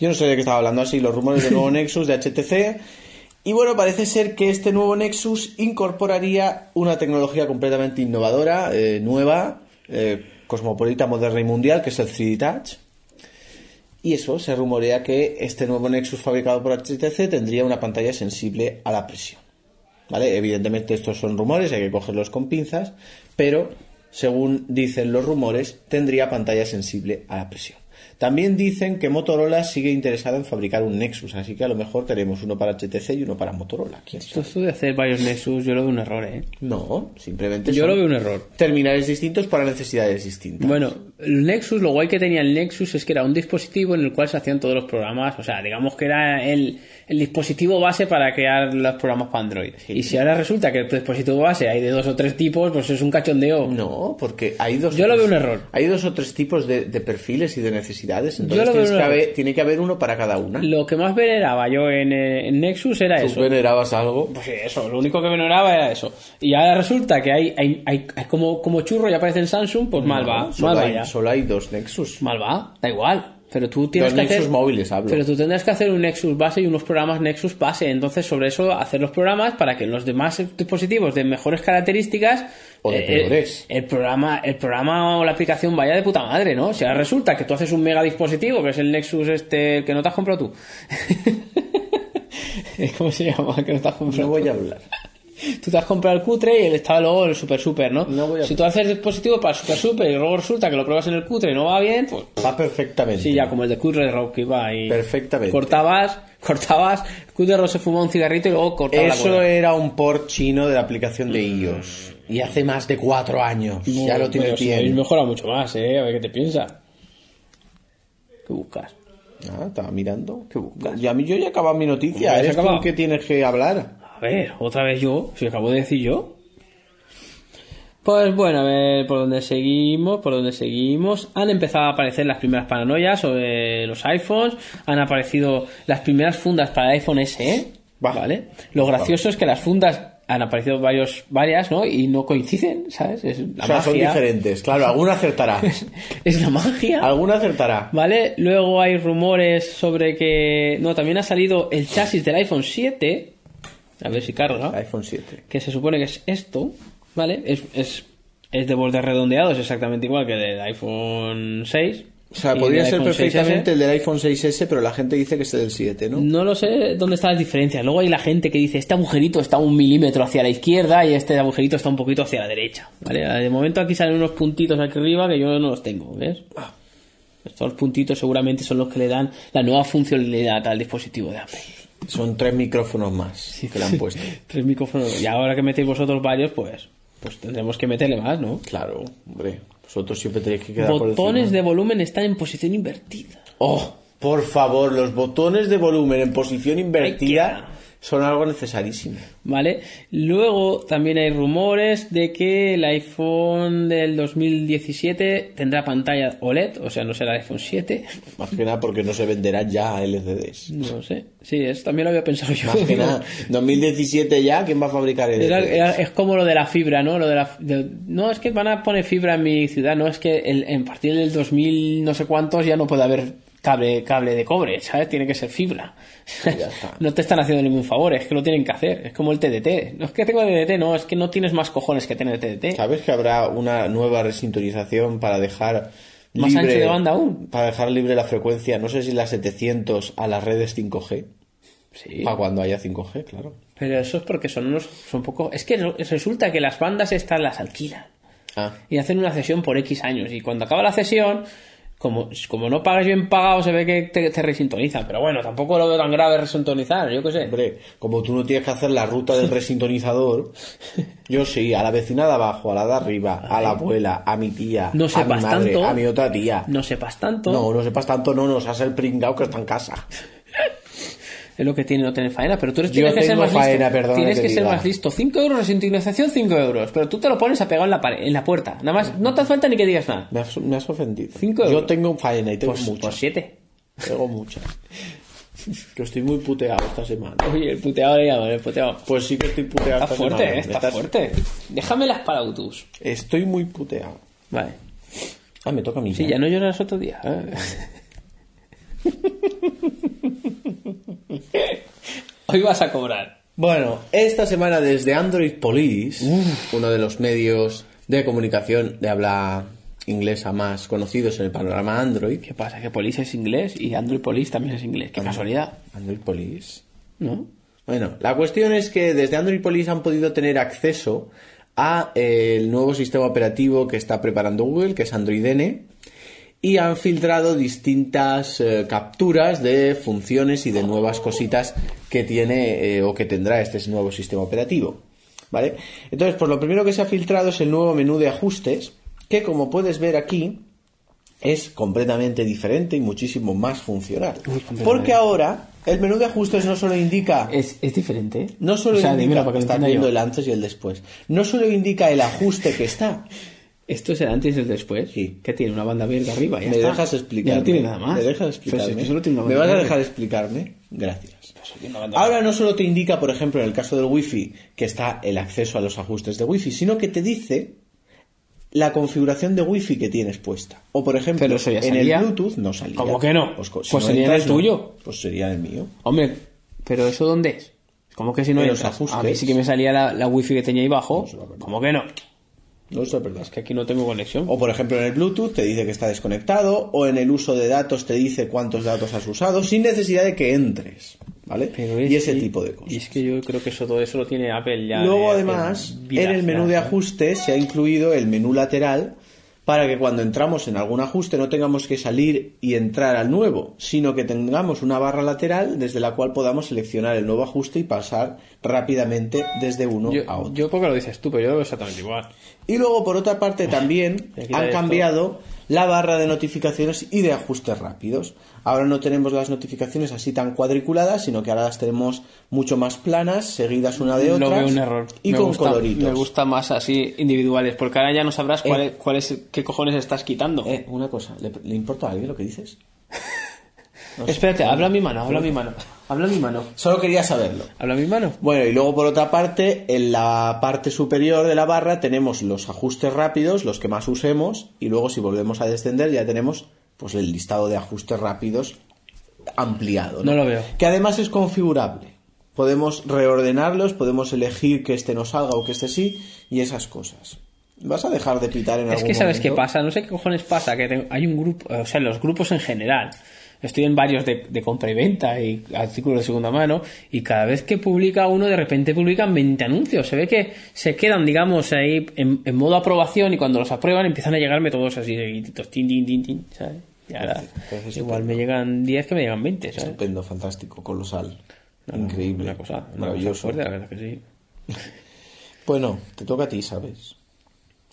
Speaker 2: Yo no sé de qué estaba hablando así, los rumores del nuevo Nexus de HTC. Y bueno, parece ser que este nuevo Nexus incorporaría una tecnología completamente innovadora, eh, nueva, eh, cosmopolita, moderna y mundial, que es el 3D Touch. Y eso, se rumorea que este nuevo Nexus fabricado por HTC tendría una pantalla sensible a la presión. ¿Vale? Evidentemente estos son rumores, hay que cogerlos con pinzas, pero según dicen los rumores, tendría pantalla sensible a la presión. También dicen que Motorola sigue interesada en fabricar un Nexus, así que a lo mejor tenemos uno para HTC y uno para Motorola. ¿Quién
Speaker 1: Esto,
Speaker 2: sabe?
Speaker 1: esto de hacer varios Nexus, yo lo veo un error, ¿eh?
Speaker 2: No, simplemente
Speaker 1: Yo
Speaker 2: son
Speaker 1: lo veo un error.
Speaker 2: terminales distintos para necesidades distintas.
Speaker 1: Bueno, el Nexus, lo guay que tenía el Nexus es que era un dispositivo en el cual se hacían todos los programas, o sea, digamos que era el, el dispositivo base para crear los programas para Android. Y si ahora resulta que el dispositivo base hay de dos o tres tipos, pues es un cachondeo.
Speaker 2: No, porque hay dos.
Speaker 1: Yo lo veo un error.
Speaker 2: Hay dos o tres tipos de, de perfiles y de necesidades. Entonces
Speaker 1: lo veo
Speaker 2: tienes
Speaker 1: un
Speaker 2: que
Speaker 1: error.
Speaker 2: haber- tiene que haber uno para cada una.
Speaker 1: Lo que más veneraba yo en, eh, en Nexus era
Speaker 2: ¿Tú
Speaker 1: eso.
Speaker 2: venerabas algo?
Speaker 1: Pues sí, eso, lo único que veneraba era eso. Y ahora resulta que hay, hay, hay- hay como, como churro y aparece en Samsung, pues mal va,
Speaker 2: No,
Speaker 1: mal
Speaker 2: solo,
Speaker 1: va
Speaker 2: hay,
Speaker 1: ya.
Speaker 2: solo hay dos Nexus.
Speaker 1: Mal va, da igual. Pero tú tienes
Speaker 2: Dos
Speaker 1: que
Speaker 2: Nexus
Speaker 1: hacer...
Speaker 2: móviles, hablo.
Speaker 1: Pero tú tendrás que hacer un Nexus base y unos programas Nexus base. Entonces, sobre eso, hacer los programas para que los demás dispositivos de mejores características...
Speaker 2: O de
Speaker 1: eh,
Speaker 2: peores.
Speaker 1: El, el programa, el programa o la aplicación vaya de puta madre, ¿no? Si ahora resulta que tú haces un mega dispositivo, que es el Nexus este el que no te has comprado tú. ¿Cómo se llama? Que no te has comprado
Speaker 2: No voy a hablar.
Speaker 1: tú te has comprado el cutre y él estaba luego en el super super, ¿no?
Speaker 2: No voy a-
Speaker 1: si tú haces dispositivo para el super super y luego resulta que lo pruebas en el cutre y no va bien, pues
Speaker 2: Va perfectamente.
Speaker 1: sí, ya como el de cutre de Rock que iba y
Speaker 2: Perfectamente.
Speaker 1: cortabas, cortabas, cutre de Rock se fumó un cigarrito y luego cortaba la
Speaker 2: Eso
Speaker 1: cola.
Speaker 2: era un port chino de la aplicación de iOS. Y hace más de cuatro años. ya lo tiene
Speaker 1: Pero si habéis
Speaker 2: bien.
Speaker 1: mejorado mucho más, ¿eh? A ver qué te piensas. ¿Qué buscas?
Speaker 2: Ah, estaba mirando. ¿Qué buscas? Ya, yo ya acababa mi noticia.
Speaker 1: Ya se
Speaker 2: ¿Eres tú
Speaker 1: acababa.
Speaker 2: el que tienes que hablar?
Speaker 1: A ver, otra vez yo, si acabo de decir yo. Pues bueno, a ver por dónde seguimos, por dónde seguimos. Han empezado a aparecer las primeras paranoias sobre los iPhones, han aparecido las primeras fundas para el iPhone SE,
Speaker 2: Va.
Speaker 1: ¿vale? Lo gracioso es que las fundas han aparecido varios, varias, ¿no? Y no coinciden, ¿sabes? Es la
Speaker 2: o sea, son
Speaker 1: magia.
Speaker 2: diferentes. Claro, alguna acertará.
Speaker 1: Es la magia.
Speaker 2: alguna acertará.
Speaker 1: ¿Vale? Luego hay rumores sobre que... No, también ha salido el chasis del iPhone 7. A ver si carga
Speaker 2: iPhone 7.
Speaker 1: que se supone que es esto, ¿vale? Es, es, es de bordes redondeados, exactamente igual que del iPhone 6.
Speaker 2: O sea,
Speaker 1: y
Speaker 2: podría
Speaker 1: del
Speaker 2: ser
Speaker 1: iPhone 6S.
Speaker 2: perfectamente el del iPhone 6S, pero la gente dice que es el del 7, ¿no?
Speaker 1: No lo sé dónde están las diferencias. Luego hay la gente que dice, este agujerito está un milímetro hacia la izquierda y este agujerito está un poquito hacia la derecha, ¿vale? De momento aquí salen unos puntitos aquí arriba que yo no los tengo, ¿ves?
Speaker 2: Ah.
Speaker 1: Estos puntitos seguramente son los que le dan la nueva funcionalidad al dispositivo de Apple.
Speaker 2: Son tres micrófonos más que le han puesto.
Speaker 1: Tres micrófonos. Y ahora que metéis vosotros varios, pues, pues tendremos que meterle más, ¿no?
Speaker 2: Claro, hombre. Vosotros siempre tenéis que quedar por
Speaker 1: botones
Speaker 2: encima.
Speaker 1: de volumen están en posición invertida.
Speaker 2: Oh, por favor, los botones de volumen en posición
Speaker 1: Ay,
Speaker 2: invertida son algo necesarísimo.
Speaker 1: ¿Vale? Luego también hay rumores de que el iPhone del 2017 tendrá pantalla OLED, o sea, no será el iPhone 7,
Speaker 2: Más que nada porque no se venderán ya LCDs.
Speaker 1: no sé. Sí, eso también lo había pensado yo.
Speaker 2: Más que nada, 2017 ya, ¿quién va a fabricar LCDs?
Speaker 1: Era- era- es como lo de la fibra, ¿no? Lo de la, de- no, es que van a poner fibra en mi ciudad, no, es que el- en partir del 2000 no sé cuántos ya no puede haber cable, cable de cobre, ¿sabes? Tiene que ser fibra.
Speaker 2: Ya está.
Speaker 1: no te están haciendo ningún favor, es que lo tienen que hacer, es como el TDT. No es que tengo TDT, no, es que no tienes más cojones que tener TDT.
Speaker 2: ¿Sabes que habrá una nueva resintonización para dejar
Speaker 1: Más
Speaker 2: libre,
Speaker 1: ancho de banda aún.
Speaker 2: Para dejar libre la frecuencia, no sé si la 700 a las redes 5G.
Speaker 1: Sí.
Speaker 2: Para cuando haya 5G, claro.
Speaker 1: Pero eso es porque son unos, son poco, es que re- resulta que las bandas estas las alquilan.
Speaker 2: Ah,
Speaker 1: y hacen una cesión por X años. Y cuando acaba la cesión, como, como no pagas bien pagado, se ve que te, te resintonizan. Pero bueno, tampoco lo veo tan grave resintonizar, yo qué sé.
Speaker 2: hombre, como tú no tienes que hacer la ruta del resintonizador, yo sí, a la vecina de abajo, a la de arriba, a la abuela, a mi tía,
Speaker 1: No
Speaker 2: a mi
Speaker 1: sepas
Speaker 2: madre,
Speaker 1: tanto.
Speaker 2: a mi otra tía.
Speaker 1: No sepas tanto.
Speaker 2: No, no sepas tanto, no nos hace el pringao que está en casa.
Speaker 1: Es lo que tiene no tener faena. Pero tú eres,
Speaker 2: Yo
Speaker 1: tienes que ser
Speaker 2: tengo
Speaker 1: más
Speaker 2: faena,
Speaker 1: listo.
Speaker 2: perdona
Speaker 1: Tienes
Speaker 2: que
Speaker 1: que, ser
Speaker 2: diga.
Speaker 1: más listo. 5 euros resintonización, 5 euros. Pero tú te lo pones a pegar en la, pared, en la puerta. Nada más, no te hace falta ni que digas nada.
Speaker 2: Me has, me has ofendido.
Speaker 1: Cinco
Speaker 2: Yo
Speaker 1: euros.
Speaker 2: tengo faena y tengo
Speaker 1: Pues,
Speaker 2: mucha.
Speaker 1: pues siete.
Speaker 2: Tengo mucha. Que estoy muy puteado esta semana.
Speaker 1: Oye, el puteado, ya, el puteado.
Speaker 2: Pues sí que estoy puteado
Speaker 1: Está
Speaker 2: esta
Speaker 1: fuerte,
Speaker 2: semana.
Speaker 1: eh, está
Speaker 2: Estás-
Speaker 1: fuerte. Déjamelas para Autus.
Speaker 2: Estoy muy puteado.
Speaker 1: Vale.
Speaker 2: Ah, me toca a mí.
Speaker 1: Sí, ya no lloras otro día. Hoy vas a cobrar.
Speaker 2: Bueno, esta semana desde Android Police, uno de los medios de comunicación de habla inglesa más conocidos en el panorama Android.
Speaker 1: ¿Qué pasa? Que Police es inglés y Android Police también es inglés. Qué casualidad,
Speaker 2: Android Police.
Speaker 1: ¿no?
Speaker 2: Bueno, la cuestión es que desde Android Police han podido tener acceso a eh, el nuevo sistema operativo que está preparando Google, que es Android N, y han filtrado distintas eh, capturas de funciones y de nuevas cositas que tiene eh, o que tendrá este nuevo sistema operativo. ¿Vale? Entonces, pues lo primero que se ha filtrado es el nuevo menú de ajustes, que como puedes ver aquí, es completamente diferente y muchísimo más funcional.
Speaker 1: completamente.
Speaker 2: Porque ahora el menú de ajustes no solo indica
Speaker 1: Es, es diferente. ¿eh?
Speaker 2: no solo
Speaker 1: o sea,
Speaker 2: indica,
Speaker 1: dímelo para que lo
Speaker 2: estás
Speaker 1: entienda
Speaker 2: viendo
Speaker 1: yo.
Speaker 2: el antes y el después. No solo indica el ajuste que está.
Speaker 1: Esto es el antes y el después.
Speaker 2: Sí.
Speaker 1: Que tiene una banda verde arriba. ya
Speaker 2: Me
Speaker 1: está.
Speaker 2: dejas explicar.
Speaker 1: Ya no tiene nada más.
Speaker 2: Me dejas
Speaker 1: Pues
Speaker 2: explicarme.
Speaker 1: es que solo tiene una
Speaker 2: Me
Speaker 1: banda
Speaker 2: vas a
Speaker 1: verde.
Speaker 2: dejar explicarme. Gracias.
Speaker 1: Pues tiene una banda
Speaker 2: Ahora no solo te indica, por ejemplo, en el caso del wifi, que está el acceso a los ajustes de wifi, sino que te dice la configuración de wifi que tienes puesta. O por ejemplo,
Speaker 1: Pero eso ya
Speaker 2: en el
Speaker 1: salía.
Speaker 2: Bluetooth no salía.
Speaker 1: ¿Cómo que no?
Speaker 2: Pues, co- si
Speaker 1: Pues
Speaker 2: no
Speaker 1: sería en
Speaker 2: entras,
Speaker 1: el
Speaker 2: no.
Speaker 1: tuyo.
Speaker 2: Pues sería el mío.
Speaker 1: Hombre, ¿pero eso dónde es? ¿Cómo que si no
Speaker 2: En
Speaker 1: hay
Speaker 2: los ajustes.
Speaker 1: A mí sí que me salía la, la wifi que tenía ahí bajo.
Speaker 2: es la verdad.
Speaker 1: ¿Cómo que no?
Speaker 2: No eso es verdad.
Speaker 1: Es que aquí no tengo conexión.
Speaker 2: O por ejemplo en el Bluetooth te dice que está desconectado, o en el uso de datos te dice cuántos datos has usado, sin necesidad de que entres. ¿Vale?
Speaker 1: Pero
Speaker 2: y
Speaker 1: es
Speaker 2: ese
Speaker 1: que-
Speaker 2: tipo de cosas.
Speaker 1: Y es que yo creo que eso, todo eso lo tiene Apple ya.
Speaker 2: Luego,
Speaker 1: de-
Speaker 2: además,
Speaker 1: de-
Speaker 2: en el menú de
Speaker 1: ya.
Speaker 2: ajuste se ha incluido el menú lateral para que cuando entramos en algún ajuste no tengamos que salir y entrar al nuevo, sino que tengamos una barra lateral desde la cual podamos seleccionar el nuevo ajuste y pasar rápidamente desde uno a
Speaker 1: Yo,
Speaker 2: otro.
Speaker 1: yo porque lo dices tú, pero yo lo veo exactamente igual.
Speaker 2: Y luego, por otra parte, también
Speaker 1: Voy a quitar
Speaker 2: han
Speaker 1: esto.
Speaker 2: cambiado la barra de notificaciones y de ajustes rápidos. Ahora no tenemos las notificaciones así tan cuadriculadas, sino que ahora las tenemos mucho más planas, seguidas una de otra.
Speaker 1: Lo veo un error.
Speaker 2: Y
Speaker 1: Me
Speaker 2: con
Speaker 1: gusta-
Speaker 2: coloritos.
Speaker 1: Me gusta más así individuales, porque ahora ya no sabrás cuál es, cuál es- qué cojones estás quitando.
Speaker 2: Eh, una cosa, ¿le, le importa a alguien lo que dices? no sé.
Speaker 1: Espérate, habla mi mano, habla mi mano. Habla mi mano.
Speaker 2: Solo quería saberlo.
Speaker 1: Habla mi mano.
Speaker 2: Bueno, y luego por otra parte, en la parte superior de la barra tenemos los ajustes rápidos, los que más usemos, y luego si volvemos a descender ya tenemos pues el listado de ajustes rápidos ampliado.
Speaker 1: No lo veo.
Speaker 2: Que además es configurable. Podemos reordenarlos, podemos elegir que este no salga o que este sí, y esas cosas. ¿Vas a dejar de pitar en
Speaker 1: Es
Speaker 2: algún
Speaker 1: que sabes qué
Speaker 2: momento?
Speaker 1: pasa, no sé qué cojones pasa, que te- hay un grupo, eh, o sea, los grupos en general. Estoy en varios de, de compra y venta y artículos de segunda mano y cada vez que publica uno de repente publican 20 anuncios. Se ve que se quedan, digamos, ahí en, en modo aprobación y cuando los aprueban empiezan a llegarme todos así seguiditos, tin, tin, tin, tin, ¿sabes? Y ahora
Speaker 2: Entonces,
Speaker 1: igual me llegan 10 que me llegan 20, ¿sabes?
Speaker 2: Estupendo, fantástico, colosal. Increíble.
Speaker 1: Una cosa, una cosa
Speaker 2: maravilloso.
Speaker 1: fuerte, la verdad que sí.
Speaker 2: Bueno, te toca a ti, ¿sabes?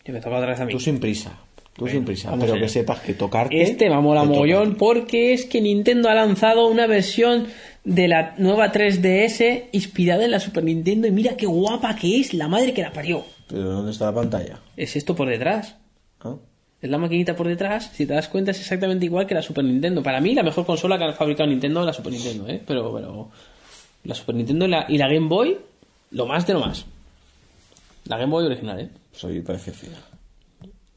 Speaker 1: Que me toca otra vez a mí.
Speaker 2: Tú sin prisa. Tú sin prisa.
Speaker 1: vamos
Speaker 2: Pero
Speaker 1: allá.
Speaker 2: que sepas que tocarte.
Speaker 1: Este me mola
Speaker 2: te toca.
Speaker 1: mogollón porque es que Nintendo ha lanzado una versión de la nueva 3DS inspirada en la Super Nintendo y mira qué guapa que es, la madre que la parió.
Speaker 2: Pero ¿dónde está la pantalla?
Speaker 1: Es esto por detrás.
Speaker 2: ¿Ah?
Speaker 1: Es la maquinita por detrás, si te das cuenta es exactamente igual que la Super Nintendo. Para mí la mejor consola que ha fabricado Nintendo es la Super Nintendo, ¿eh? Pero, pero la Super Nintendo y la, y la Game Boy, lo más de lo más. La Game Boy original, ¿eh?
Speaker 2: Pues ahí parece fea.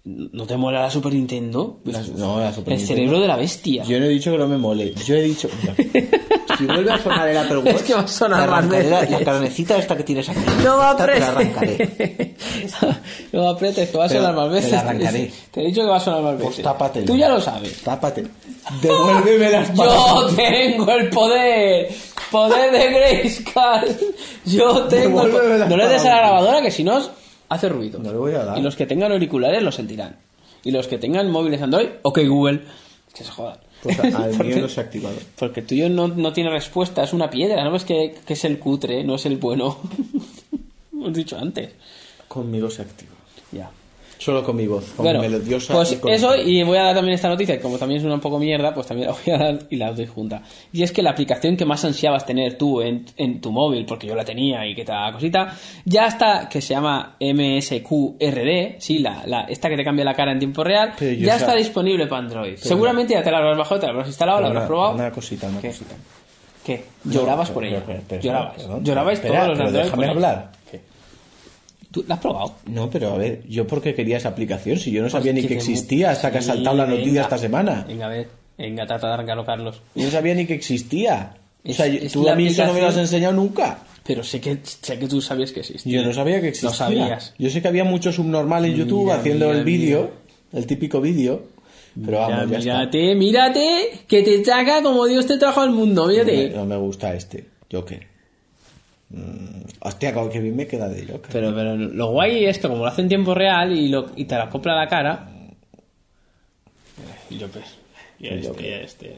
Speaker 1: ¿No te mola la Super Nintendo?
Speaker 2: La- no, la Super
Speaker 1: El
Speaker 2: Nintendo.
Speaker 1: cerebro de la bestia.
Speaker 2: Yo no he dicho que no me mole. Yo he dicho. Mira, si vuelve a sonar el Apple Watch.
Speaker 1: Es que va a sonar
Speaker 2: te arrancaré
Speaker 1: más veces.
Speaker 2: La, la carnecita esta que tienes aquí.
Speaker 1: No
Speaker 2: Esta te la arrancaré.
Speaker 1: apretes. no apretes, que va a
Speaker 2: Pero
Speaker 1: sonar más
Speaker 2: te la
Speaker 1: veces.
Speaker 2: arrancaré.
Speaker 1: Te he dicho que va a sonar más veces.
Speaker 2: Pues tápatelo.
Speaker 1: Tú ya lo sabes.
Speaker 2: Tápate. Devuélveme las
Speaker 1: Yo
Speaker 2: patatas.
Speaker 1: tengo el poder. Poder de Grayskull. Yo tengo el
Speaker 2: Devuélveme
Speaker 1: poder.
Speaker 2: las
Speaker 1: No le des a la
Speaker 2: patatas.
Speaker 1: grabadora que si no hace ruido.
Speaker 2: No le voy a dar.
Speaker 1: Y los que tengan auriculares lo sentirán. Y los que tengan móviles Android, ok Google, que se jodan.
Speaker 2: Pues al
Speaker 1: Porque-
Speaker 2: mío no se ha activado.
Speaker 1: porque el tuyo no, no tiene respuesta, es una piedra, ¿no? Es que, que es el cutre, no es el bueno. Hemos dicho antes.
Speaker 2: Conmigo se activa.
Speaker 1: Ya.
Speaker 2: Solo con mi voz. Con
Speaker 1: Bueno,
Speaker 2: melodiosa.
Speaker 1: pues
Speaker 2: y con-
Speaker 1: eso, y voy a dar también esta noticia, que como también es una un poco mierda, pues también la voy a dar y la doy junta. Y es que la aplicación que más ansiabas tener tú en, en tu móvil, porque yo la tenía y que tal cosita, ya está, que se llama MSQRD, sí, la, la, esta que te cambia la cara en tiempo real,
Speaker 2: Pero yo
Speaker 1: ya
Speaker 2: esa-
Speaker 1: está disponible para Android. Seguramente ya te la habrás bajado, te la habrás instalado, la
Speaker 2: Una-
Speaker 1: habrás probado.
Speaker 2: Una cosita, una
Speaker 1: ¿Qué?
Speaker 2: cosita.
Speaker 1: ¿Qué? Llorabas por
Speaker 2: Pero,
Speaker 1: ella.
Speaker 2: pero, pero,
Speaker 1: Llorabas.
Speaker 2: perdón.
Speaker 1: Llorabais
Speaker 2: Espera,
Speaker 1: todos los
Speaker 2: pero
Speaker 1: Android
Speaker 2: déjame
Speaker 1: por ella.
Speaker 2: hablar.
Speaker 1: ¿Tú la has probado?
Speaker 2: No, pero a ver, yo porque quería esa aplicación, si yo no sabía
Speaker 1: Pues
Speaker 2: ni que
Speaker 1: te-
Speaker 2: existía hasta que ha
Speaker 1: Sí,
Speaker 2: saltado la
Speaker 1: venga.
Speaker 2: noticia esta semana.
Speaker 1: Venga, a ver. Venga, trata de arrancarlo, Carlos.
Speaker 2: Yo no sabía ni que existía. O
Speaker 1: Es-
Speaker 2: sea, yo-
Speaker 1: es
Speaker 2: tú
Speaker 1: la
Speaker 2: a mí eso no me lo has
Speaker 1: aplicación-
Speaker 2: enseñado nunca.
Speaker 1: Pero sé que, sé que tú sabías que existía.
Speaker 2: Yo no sabía que existía.
Speaker 1: No sabías.
Speaker 2: Yo sé que había mucho subnormal en YouTube
Speaker 1: Mira,
Speaker 2: haciendo
Speaker 1: mira,
Speaker 2: el vídeo, el típico vídeo. Pero vamos,
Speaker 1: Ya,
Speaker 2: ya, está.
Speaker 1: mírate, mírate, que te saca como Dios te trajo al mundo,
Speaker 2: No me,
Speaker 1: mírate.
Speaker 2: no me gusta este. Joker. Mm, hostia, como que bien me queda de Joker.
Speaker 1: Pero, pero lo guay es que como lo hace en tiempo real y, lo, y te la copla la cara...
Speaker 2: Eh,
Speaker 1: Yo pues... Ya
Speaker 2: El
Speaker 1: este,
Speaker 2: Joker.
Speaker 1: ya este, ya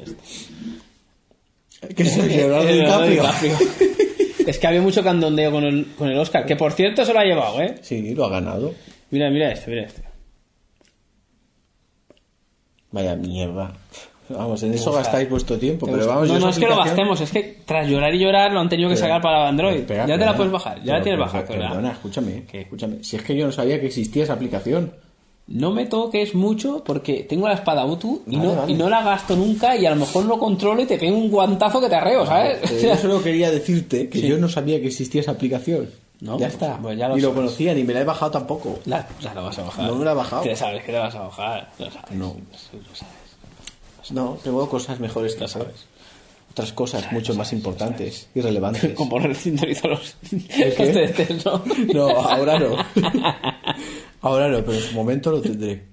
Speaker 1: este.
Speaker 2: que soy Leonardo
Speaker 1: El Leonardo
Speaker 2: DiCaprio. este.
Speaker 1: DiCaprio. es que había mucho candondeo con el, con el Oscar, que por cierto se lo ha llevado, ¿eh?
Speaker 2: Sí, lo ha ganado.
Speaker 1: Mira, mira este, mira este.
Speaker 2: Vaya mierda. Vamos, en eso
Speaker 1: gusta.
Speaker 2: gastáis vuestro tiempo,
Speaker 1: ¿Te
Speaker 2: pero
Speaker 1: gusta?
Speaker 2: vamos
Speaker 1: no,
Speaker 2: yo
Speaker 1: no es
Speaker 2: esa
Speaker 1: que lo
Speaker 2: aplicación-
Speaker 1: gastemos, es que tras llorar y llorar lo han tenido que
Speaker 2: Espera,
Speaker 1: sacar para Android.
Speaker 2: espera,
Speaker 1: ya te
Speaker 2: perdona.
Speaker 1: la puedes bajar, ya
Speaker 2: Pero,
Speaker 1: la tienes
Speaker 2: pero,
Speaker 1: bajada. ¿verdad?
Speaker 2: Perdona, escúchame,
Speaker 1: ¿Qué?
Speaker 2: escúchame. Si es que yo no sabía que existía esa aplicación.
Speaker 1: No me toques mucho porque tengo la espada Utu y,
Speaker 2: Vale,
Speaker 1: no,
Speaker 2: vale.
Speaker 1: y no la gasto nunca y a lo mejor no controlo y te pego un guantazo que te arreo, ¿sabes?
Speaker 2: Eh, yo solo quería decirte que yo no sabía que existía esa aplicación.
Speaker 1: No,
Speaker 2: ya
Speaker 1: pues,
Speaker 2: está.
Speaker 1: pues ya lo
Speaker 2: ni lo
Speaker 1: sabes.
Speaker 2: conocía, ni me la he bajado tampoco.
Speaker 1: la, la- la vas a bajar.
Speaker 2: No me la he bajado.
Speaker 1: Te sabes que te vas a bajar. Lo sabes.
Speaker 2: No.
Speaker 1: Lo sabes.
Speaker 2: No, tengo cosas mejores que hacer. Otras cosas mucho más importantes y relevantes.
Speaker 1: Como recintorizo los,
Speaker 2: ¿El
Speaker 1: los
Speaker 2: qué?
Speaker 1: testes, ¿no?
Speaker 2: No, ahora no. Ahora no, pero en su momento lo tendré.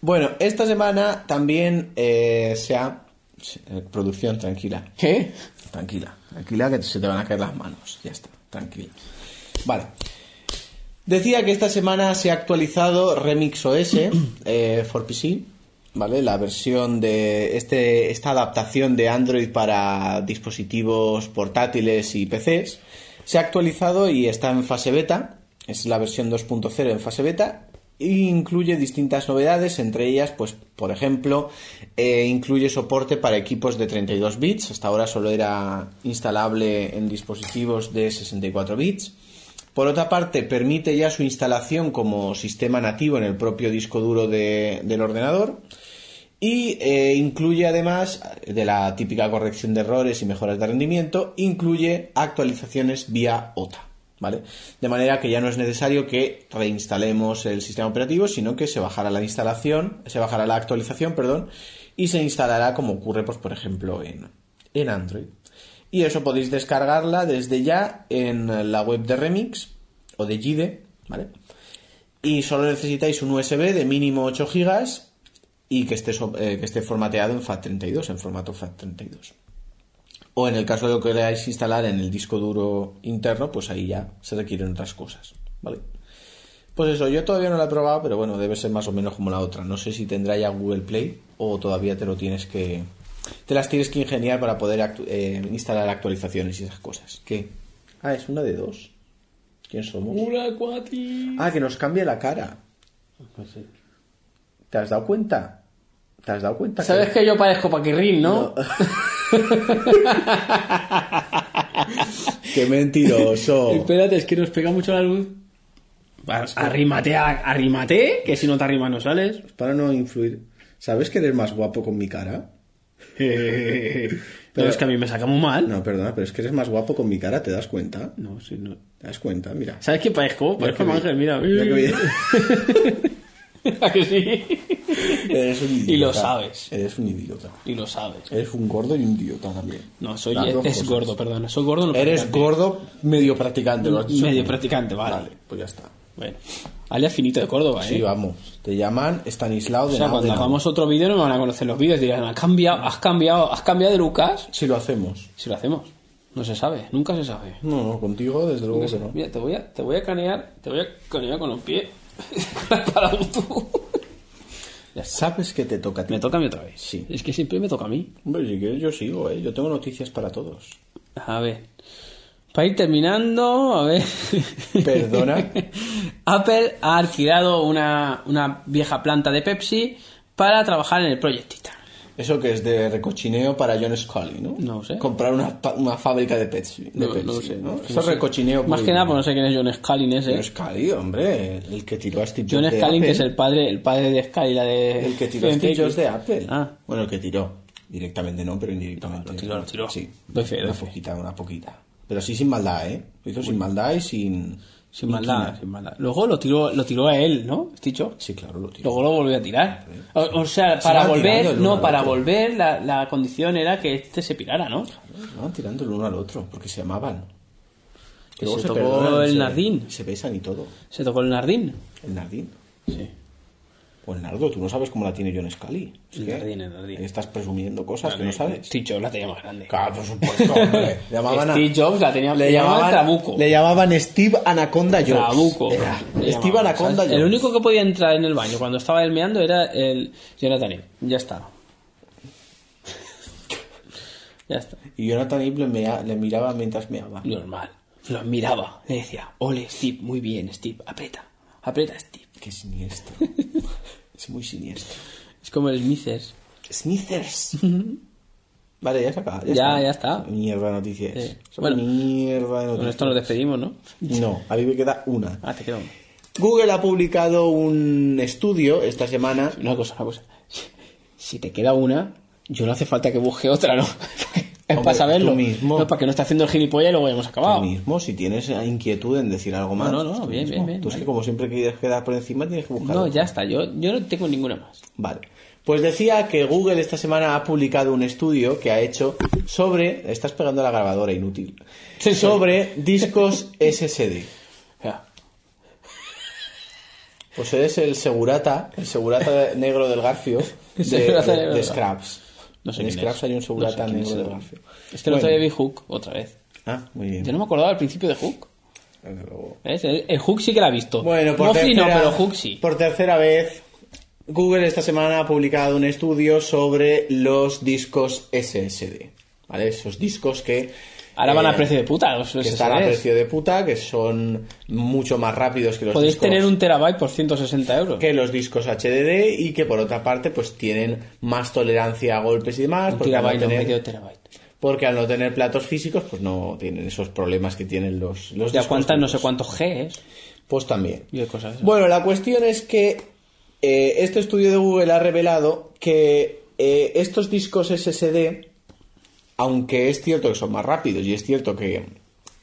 Speaker 2: Bueno, esta semana también eh, se ha Sí, eh, producción, tranquila.
Speaker 3: ¿Qué?
Speaker 2: Tranquila. Tranquila que se te van a caer las manos. Ya está. Tranquila. Vale. Decía que esta semana se ha actualizado Remix OS eh, for PC, ¿vale? La versión de este, esta adaptación de Android para dispositivos portátiles y PCs. Se ha actualizado y está en fase beta. Es la versión 2.0 en fase beta. E incluye distintas novedades, entre ellas, pues, por ejemplo, eh, incluye soporte para equipos de 32 bits. Hasta ahora solo era instalable en dispositivos de 64 bits. Por otra parte, permite ya su instalación como sistema nativo en el propio disco duro de- del ordenador. Y eh, incluye además de la típica corrección de errores y mejoras de rendimiento, incluye actualizaciones vía OTA, ¿vale? De manera que ya no es necesario que reinstalemos el sistema operativo, sino que se bajará la instalación, se bajará la actualización, perdón, y se instalará como ocurre, pues, por ejemplo, en, en Android. Y eso podéis descargarla desde ya en la web de Remix o de Gide, ¿vale? Y solo necesitáis un USB de mínimo 8 GB y que esté, so- eh, que esté formateado en FAT32, en formato FAT32. O en el caso de lo que queráis instalar en el disco duro interno, pues ahí ya se requieren otras cosas, ¿vale? Pues eso, yo todavía no la he probado, pero bueno, debe ser más o menos como la otra. No sé si tendrá ya Google Play o todavía te lo tienes que... Te las tienes que ingeniar para poder actu- eh, instalar actualizaciones y esas cosas. ¿Qué? Ah, es una de dos. ¿Quién somos?
Speaker 1: Hola, cuati.
Speaker 2: Ah, que nos cambia la cara.
Speaker 1: Pues
Speaker 2: ¿Te has dado cuenta? ¿Te has dado cuenta?
Speaker 3: Sabes que yo parezco paquirrín, ¿no?
Speaker 2: ¡Qué mentiroso!
Speaker 1: Espérate, es que nos pega mucho la luz. Arrímate, a- arrímate, que si no te arrimas no sales.
Speaker 2: Para no influir. ¿Sabes que eres más guapo con mi cara?
Speaker 1: Pero
Speaker 2: Pero-
Speaker 1: es que a mí me saca muy mal.
Speaker 2: No, perdona, pero es que eres más guapo con mi cara, ¿te das cuenta?
Speaker 1: No, sí, no.
Speaker 2: ¿Te das cuenta? Mira.
Speaker 1: ¿Sabes qué parezco? Parezco
Speaker 2: que
Speaker 1: a Ángel, mira.
Speaker 2: Mira que bien.
Speaker 1: ¿A que sí?
Speaker 2: Eres un idiota.
Speaker 1: Y lo sabes.
Speaker 2: Eres un idiota.
Speaker 1: Y lo sabes.
Speaker 2: Eres un gordo y un idiota también.
Speaker 1: No, soy
Speaker 2: Las dos
Speaker 1: es
Speaker 2: cosas.
Speaker 1: gordo, perdona. Soy gordo, no
Speaker 2: Eres
Speaker 1: practicante.
Speaker 2: gordo medio practicante, lo has dicho.
Speaker 1: Medio practicante, vale.
Speaker 2: Vale, pues ya está.
Speaker 1: Bueno, alias finito de Córdoba, ¿eh?
Speaker 2: Sí, vamos. Te llaman Estanislao
Speaker 1: o
Speaker 2: de
Speaker 1: sea,
Speaker 2: nada, de
Speaker 1: cuando
Speaker 2: nada.
Speaker 1: hagamos otro vídeo no me van a conocer los vídeos. Dirán, has cambiado, has cambiado, has cambiado de Lucas.
Speaker 2: Si lo hacemos.
Speaker 1: Si lo hacemos. No se sabe, nunca se sabe.
Speaker 2: No, no, contigo desde luego que no.
Speaker 1: Mira, te voy a, te voy a canear, te voy a canear con los pies. Con la espalda, tú.
Speaker 2: Ya sabes que te toca a ti.
Speaker 1: Me toca a mí otra vez.
Speaker 2: Sí.
Speaker 1: Es que siempre me toca a mí.
Speaker 2: Hombre, si quieres yo sigo, ¿eh? Yo tengo noticias para todos.
Speaker 1: A ver. Para ir terminando, a ver.
Speaker 2: Perdona.
Speaker 1: Apple ha alquilado una, una vieja planta de Pepsi para trabajar en el proyectita.
Speaker 2: Eso que es de recochineo para John Scully, ¿no?
Speaker 1: No sé.
Speaker 2: Comprar una, pa- una fábrica de Pepsi. De
Speaker 1: No,
Speaker 2: Pepsi,
Speaker 1: no sé,
Speaker 2: ¿no?
Speaker 1: no sé,
Speaker 2: Eso es
Speaker 1: no sé.
Speaker 2: recochineo.
Speaker 1: Más
Speaker 2: puro
Speaker 1: que
Speaker 2: y
Speaker 1: nada,
Speaker 2: duro.
Speaker 1: pues no sé quién es John Scalin ese.
Speaker 2: John Scully, hombre. El que tiró a Steve Jobs.
Speaker 1: John
Speaker 2: de
Speaker 1: Scalin, que
Speaker 2: Apple.
Speaker 1: es el padre, el padre de Scalin, la de.
Speaker 2: El que tiró a Steve Jobs de Apple.
Speaker 1: Ah.
Speaker 2: Bueno, el que tiró. Directamente no, pero indirectamente.
Speaker 1: No, lo tiró, lo tiró.
Speaker 2: Sí.
Speaker 1: Doy fe, doy
Speaker 2: una
Speaker 1: fe.
Speaker 2: poquita, una poquita. Pero sí sin maldad, ¿eh? Lo hizo sin maldad y sin...
Speaker 1: Sin
Speaker 2: ni
Speaker 1: maldad,
Speaker 2: quina.
Speaker 1: sin maldad. Luego lo tiró, lo tiró a él, ¿no? Steve Jobs.
Speaker 2: Sí, claro, lo tiró.
Speaker 1: Luego lo volvió a tirar. O, o sea,
Speaker 2: Se
Speaker 1: para
Speaker 2: van tirando
Speaker 1: volver,
Speaker 2: el uno
Speaker 1: no,
Speaker 2: al
Speaker 1: para
Speaker 2: otro.
Speaker 1: volver la, la condición era que este se pirara, ¿no?
Speaker 2: Estaban tirando el uno al otro, porque se amaban.
Speaker 1: Que
Speaker 2: Luego
Speaker 1: se tocó
Speaker 2: perdonan,
Speaker 1: el
Speaker 2: se-
Speaker 1: Nardín.
Speaker 2: Se besan y todo.
Speaker 1: Se tocó el Nardín.
Speaker 2: El Nardín.
Speaker 1: Sí.
Speaker 2: Pues Nardo, tú no sabes cómo la tiene John Scully. Es
Speaker 1: El
Speaker 2: que
Speaker 1: Nardín, el Nardín.
Speaker 2: ahí Estás presumiendo cosas que ¿Este no sabes.
Speaker 1: Steve Jobs la tenía más grande.
Speaker 2: Claro, por supuesto, hombre. Llamaban a-
Speaker 1: Steve Jobs la tenía, le llamaban, Trabuco.
Speaker 2: le llamaban Steve Anaconda Jobs.
Speaker 1: Trabuco.
Speaker 2: Era.
Speaker 1: Le
Speaker 2: Steve
Speaker 1: llamaban.
Speaker 2: Anaconda
Speaker 1: ¿Sabes?
Speaker 2: Jobs.
Speaker 1: El único que podía entrar en el baño cuando estaba él meando era el Jonathan Ive. Ya está. ya está.
Speaker 2: Y Jonathan Ive le, mea- le miraba mientras meaba.
Speaker 1: Normal. Lo admiraba. Le decía, ole Steve, muy bien Steve, aprieta. Aprieta Steve.
Speaker 2: Qué siniestro. es muy siniestro.
Speaker 1: Es como el Mises.
Speaker 2: Sneezers. vale, ya se acaba.
Speaker 1: Ya,
Speaker 2: Ya, está.
Speaker 1: ya está.
Speaker 2: Mierda de noticias.
Speaker 1: Sí.
Speaker 2: Son
Speaker 1: Bueno,
Speaker 2: mierda
Speaker 1: Con
Speaker 2: de noticias.
Speaker 1: esto nos despedimos, ¿no?
Speaker 2: No, a mí me queda una.
Speaker 1: Ah, te queda una.
Speaker 2: Google ha publicado un estudio esta semana.
Speaker 1: Una cosa, una cosa. Si te queda una, yo no hace falta que busque otra, ¿no? es
Speaker 2: Hombre,
Speaker 1: para saberlo.
Speaker 2: tú mismo.
Speaker 1: No, para que no esté haciendo el gilipollas y luego hayamos acabado.
Speaker 2: Tú mismo, si tienes inquietud en decir algo más.
Speaker 1: no, no,
Speaker 2: tú
Speaker 1: bien,
Speaker 2: mismo.
Speaker 1: bien, bien,
Speaker 2: Tú es
Speaker 1: vale.
Speaker 2: que como siempre quieres quedar por encima, tienes que buscar.
Speaker 1: No,
Speaker 2: otro.
Speaker 1: ya está. Yo, yo no tengo ninguna más.
Speaker 2: Vale. Pues decía que Google esta semana ha publicado un estudio que ha hecho sobre. Estás pegando la grabadora, inútil.
Speaker 1: Sí, sí.
Speaker 2: Sobre discos SSD.
Speaker 1: O sea,
Speaker 2: Pues eres el segurata, el segurata negro del Garfio de,
Speaker 1: Segurata
Speaker 2: de-
Speaker 1: negro.
Speaker 2: de Scraps.
Speaker 1: No sé
Speaker 2: en
Speaker 1: quién
Speaker 2: Scraps
Speaker 1: es.
Speaker 2: hay un segurata
Speaker 1: No sé quién
Speaker 2: negro
Speaker 1: es
Speaker 2: de
Speaker 1: el-
Speaker 2: Garfio.
Speaker 1: Es que el otro
Speaker 2: Bueno.
Speaker 1: día vi Hook otra vez.
Speaker 2: Ah, muy bien.
Speaker 1: Yo no me acordaba al principio de Hook.
Speaker 2: Desde luego.
Speaker 1: ¿Ves? El, el Hook sí que la he visto.
Speaker 2: Bueno, por
Speaker 1: Mowgli
Speaker 2: tercera,
Speaker 1: no, pero Hook sí.
Speaker 2: Por tercera vez, Google esta semana ha publicado un estudio sobre los discos SSD. ¿Vale? Esos discos que.
Speaker 1: Ahora van
Speaker 2: eh,
Speaker 1: a precio de puta. Los,
Speaker 2: Que
Speaker 1: los
Speaker 2: están a
Speaker 1: SSDs.
Speaker 2: precio de puta, que son mucho más rápidos que los
Speaker 1: Podéis
Speaker 2: discos.
Speaker 1: tener un terabyte por 160 euros.
Speaker 2: que los discos HDD y que por otra parte pues tienen más tolerancia a golpes y demás
Speaker 1: Un
Speaker 2: porque al, no
Speaker 1: terabyte, no,
Speaker 2: tener,
Speaker 1: medio terabyte.
Speaker 2: porque al no tener platos físicos pues no tienen esos problemas que tienen los, los
Speaker 1: Ya
Speaker 2: discos
Speaker 1: cuántas, no sé
Speaker 2: duros.
Speaker 1: cuántos G es.
Speaker 2: pues también
Speaker 1: Y de cosas. esas.
Speaker 2: bueno, la cuestión es que eh, este estudio de Google ha revelado que eh, estos discos SSD, aunque es cierto que son más rápidos y es cierto que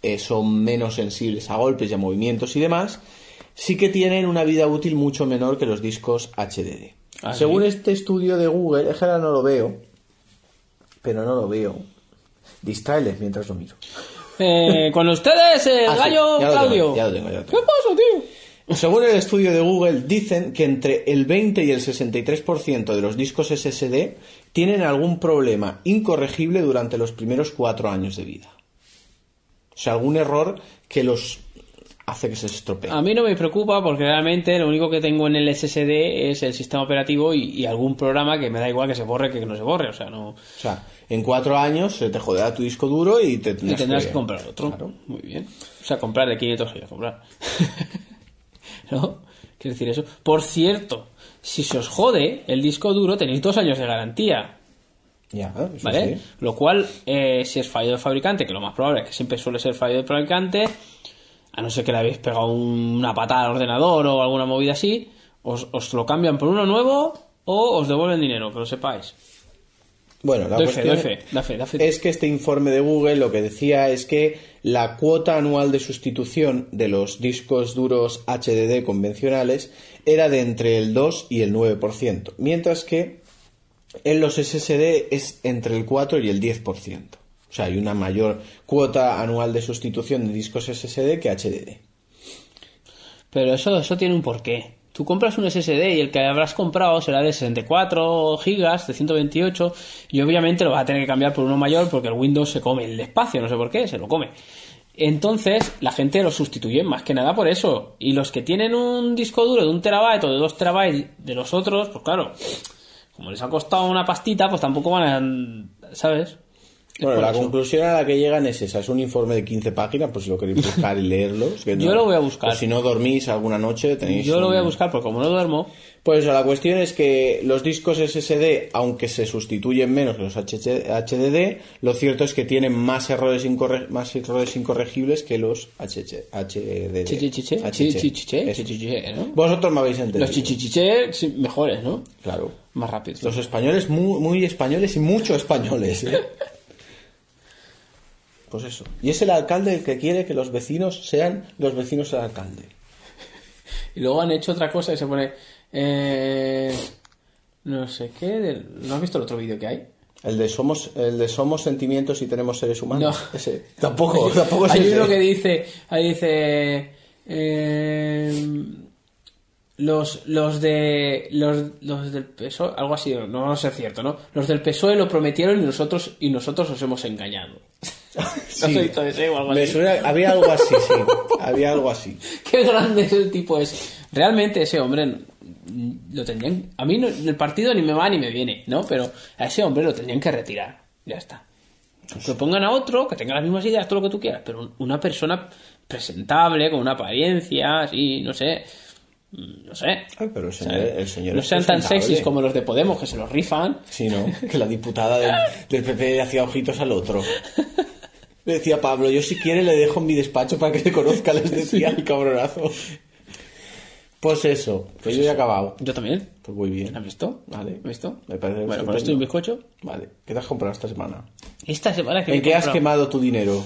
Speaker 2: eh, son menos sensibles a golpes y a movimientos y demás, sí que tienen una vida útil mucho menor que los discos HDD.
Speaker 1: Ah, ¿sí?
Speaker 2: Según este estudio de Google, es que ahora no lo veo, pero no lo veo. Distráeles mientras lo miro.
Speaker 1: Eh, con ustedes, el
Speaker 2: Ah, sí,
Speaker 1: gallo
Speaker 2: ya lo tengo,
Speaker 1: Claudio.
Speaker 2: ya lo tengo, ya lo tengo.
Speaker 1: ¿Qué pasa, tío?
Speaker 2: Según el estudio de Google, dicen que entre el 20 y el 63% de los discos SSD tienen algún problema incorregible durante los primeros cuatro años de vida. O sea, algún error que los hace que se estropeen.
Speaker 1: A mí no me preocupa porque realmente lo único que tengo en el SSD es el sistema operativo y, y algún programa que me da igual que se borre que no se borre. O sea, no.
Speaker 2: O sea, en cuatro años se te joderá tu disco duro y te
Speaker 1: Y
Speaker 2: tendrás,
Speaker 1: tendrás que comprar otro.
Speaker 2: Claro.
Speaker 1: Muy bien. O sea, comprar de 500 que voy a comprar. ¿No? Quiero decir eso. Por cierto, si se os jode el disco duro, tenéis dos años de garantía.
Speaker 2: Ya, eso
Speaker 1: ¿Vale?
Speaker 2: sí.
Speaker 1: Lo cual, eh, si es fallo del fabricante, que lo más probable es que siempre suele ser fallo del fabricante, a no ser que le habéis pegado un- una patada al ordenador o alguna movida así, os, os lo cambian por uno nuevo o os devuelven dinero, que lo sepáis.
Speaker 2: Bueno, la
Speaker 1: Doy fe,
Speaker 2: cuestión
Speaker 1: doy fe, da fe, da fe.
Speaker 2: es que este informe de Google lo que decía es que la cuota anual de sustitución de los discos duros HDD convencionales era de entre el 2 y el 9%, mientras que en los SSD es entre el 4 y el 10%. O sea, hay una mayor cuota anual de sustitución de discos SSD que HDD.
Speaker 1: Pero eso, eso tiene un porqué. Tú compras un SSD y el que habrás comprado será de 64 gigas, de 128, y obviamente lo vas a tener que cambiar por uno mayor porque el Windows se come el espacio, no sé por qué, se lo come. Entonces, la gente lo sustituye más que nada por eso. Y los que tienen un disco duro de un terabyte o de dos terabytes de los otros, pues claro, como les ha costado una pastita, pues tampoco van a. ¿Sabes?
Speaker 2: Bueno,
Speaker 1: Por
Speaker 2: la
Speaker 1: eso.
Speaker 2: conclusión a la que llegan es esa. Es un informe de 15 páginas, por si lo queréis buscar y leerlos. que
Speaker 1: Yo lo voy a buscar.
Speaker 2: o si no dormís alguna noche, tenéis...
Speaker 1: Yo lo voy a
Speaker 2: un-
Speaker 1: buscar porque como no duermo,
Speaker 2: Pues eso, la cuestión es que los discos SSD, aunque se sustituyen menos que los HDD, lo cierto es que tienen más errores, incorre- más errores incorregibles que los HDD.
Speaker 1: chi- chi- chi- chi- chi- chi- chi- chi-
Speaker 2: Eso.
Speaker 1: chi- chi- ¿no?
Speaker 2: Vosotros me habéis entendido.
Speaker 1: Los chichichiche sí, mejores, ¿no?
Speaker 2: Claro.
Speaker 1: Más rápidos.
Speaker 2: Los españoles, muy, muy españoles y mucho españoles. ¿eh? Pues eso. Y es el alcalde el que quiere que los vecinos sean los vecinos del alcalde.
Speaker 1: Y luego han hecho otra cosa y se pone. eh, no sé qué. del- ¿No has visto el otro vídeo que hay?
Speaker 2: El de somos, el de somos sentimientos y tenemos seres humanos.
Speaker 1: No.
Speaker 2: Ese. Tampoco, tampoco es
Speaker 1: Hay
Speaker 2: ese.
Speaker 1: uno que dice. Ahí dice. eh, los, los de. Los, los del PSOE. Algo así, no, no sé cierto, ¿no? Los del PSOE lo prometieron y nosotros, y nosotros os hemos engañado.
Speaker 2: Sí.
Speaker 1: No sé, todo ese o algo
Speaker 2: Me
Speaker 1: así.
Speaker 2: suena- había algo así, sí. Había algo así.
Speaker 1: Qué grande es el tipo ese. Realmente ese hombre mm, lo tendrían. A mí no- el partido ni me va ni me viene, ¿no? Pero a ese hombre lo tendrían que retirar. Ya está. Propongan a otro que tenga las mismas ideas, todo lo que tú quieras, pero un- una persona presentable, con una apariencia, así, no sé. mm, No sé.
Speaker 2: Ay, Ah, pero el señor, el señor
Speaker 1: No
Speaker 2: es
Speaker 1: sean tan
Speaker 2: presentable.
Speaker 1: sexys como los de Podemos que se los rifan.
Speaker 2: Sí, ¿no? Que la diputada del, del PP le hacía ojitos al otro. Le decía Pablo, yo si quiere le dejo en mi despacho para que le conozca, les decía el cabronazo. Pues eso, pues yo ya he acabado.
Speaker 1: Yo también.
Speaker 2: Pues muy bien.
Speaker 1: ¿Has visto?
Speaker 2: Vale.
Speaker 1: ¿Has visto?
Speaker 2: Me parece
Speaker 1: bueno,
Speaker 2: estupendo.
Speaker 1: por esto y un bizcocho.
Speaker 2: Vale, ¿qué te has comprado esta semana?
Speaker 1: Esta semana que me
Speaker 2: ¿En
Speaker 1: he
Speaker 2: qué has
Speaker 1: comprado-
Speaker 2: quemado tu dinero?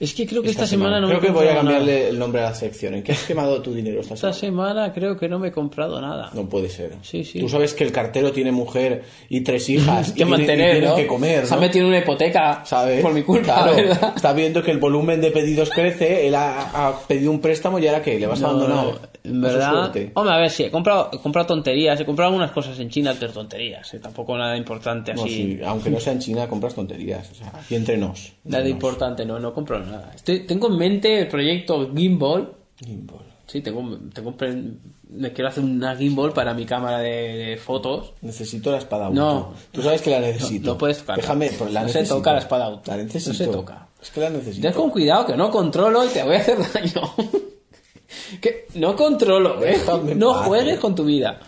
Speaker 1: Es que creo que esta, semana, no me
Speaker 2: Creo
Speaker 1: he
Speaker 2: que voy a
Speaker 1: comprado nada.
Speaker 2: cambiarle el nombre a la sección. ¿En qué has quemado tu dinero esta
Speaker 1: Esta
Speaker 2: semana?
Speaker 1: semana creo que no me he comprado nada.
Speaker 2: No puede ser.
Speaker 1: Sí, sí.
Speaker 2: Tú sabes que el cartero tiene mujer y tres hijas.
Speaker 1: que
Speaker 2: y tiene- y
Speaker 1: mantener,
Speaker 2: tiene
Speaker 1: ¿no?
Speaker 2: que comer,
Speaker 1: Se ha
Speaker 2: ¿no?
Speaker 1: metido en una hipoteca
Speaker 2: ¿Sabes?
Speaker 1: por mi culpa,
Speaker 2: Claro.
Speaker 1: ¿verdad?
Speaker 2: Está viendo que el volumen de pedidos crece, él ha, ha pedido un préstamo y ahora que le vas a
Speaker 1: No,
Speaker 2: abandonar.
Speaker 1: En
Speaker 2: A su
Speaker 1: verdad.
Speaker 2: suerte.
Speaker 1: Hombre, a ver, sí, he comprado, he comprado tonterías. He comprado algunas cosas en China, pero tonterías. eh, Tampoco nada importante así.
Speaker 2: No, sí, aunque no sea en China, compras tonterías. O sea, y entre nos.
Speaker 1: Nada importante, no, no compro nada. Estoy- tengo en mente el proyecto Gimbal.
Speaker 2: Gimbal.
Speaker 1: Sí, tengo, tengo pre- me quiero hacer una gimbal para mi cámara de, de fotos.
Speaker 2: Necesito la espada
Speaker 1: No.
Speaker 2: auto. Tú sabes que la necesito.
Speaker 1: No, no puedes tocarla.
Speaker 2: Déjame, pero la
Speaker 1: No se
Speaker 2: necesito.
Speaker 1: toca la espada auto.
Speaker 2: La
Speaker 1: No
Speaker 2: necesito.
Speaker 1: se toca.
Speaker 2: Es que la necesito.
Speaker 1: Ten con cuidado que no controlo y te voy a hacer daño. que no controlo, ¿eh?
Speaker 2: Déjame en
Speaker 1: no
Speaker 2: paz,
Speaker 1: juegues
Speaker 2: eh.
Speaker 1: con tu vida.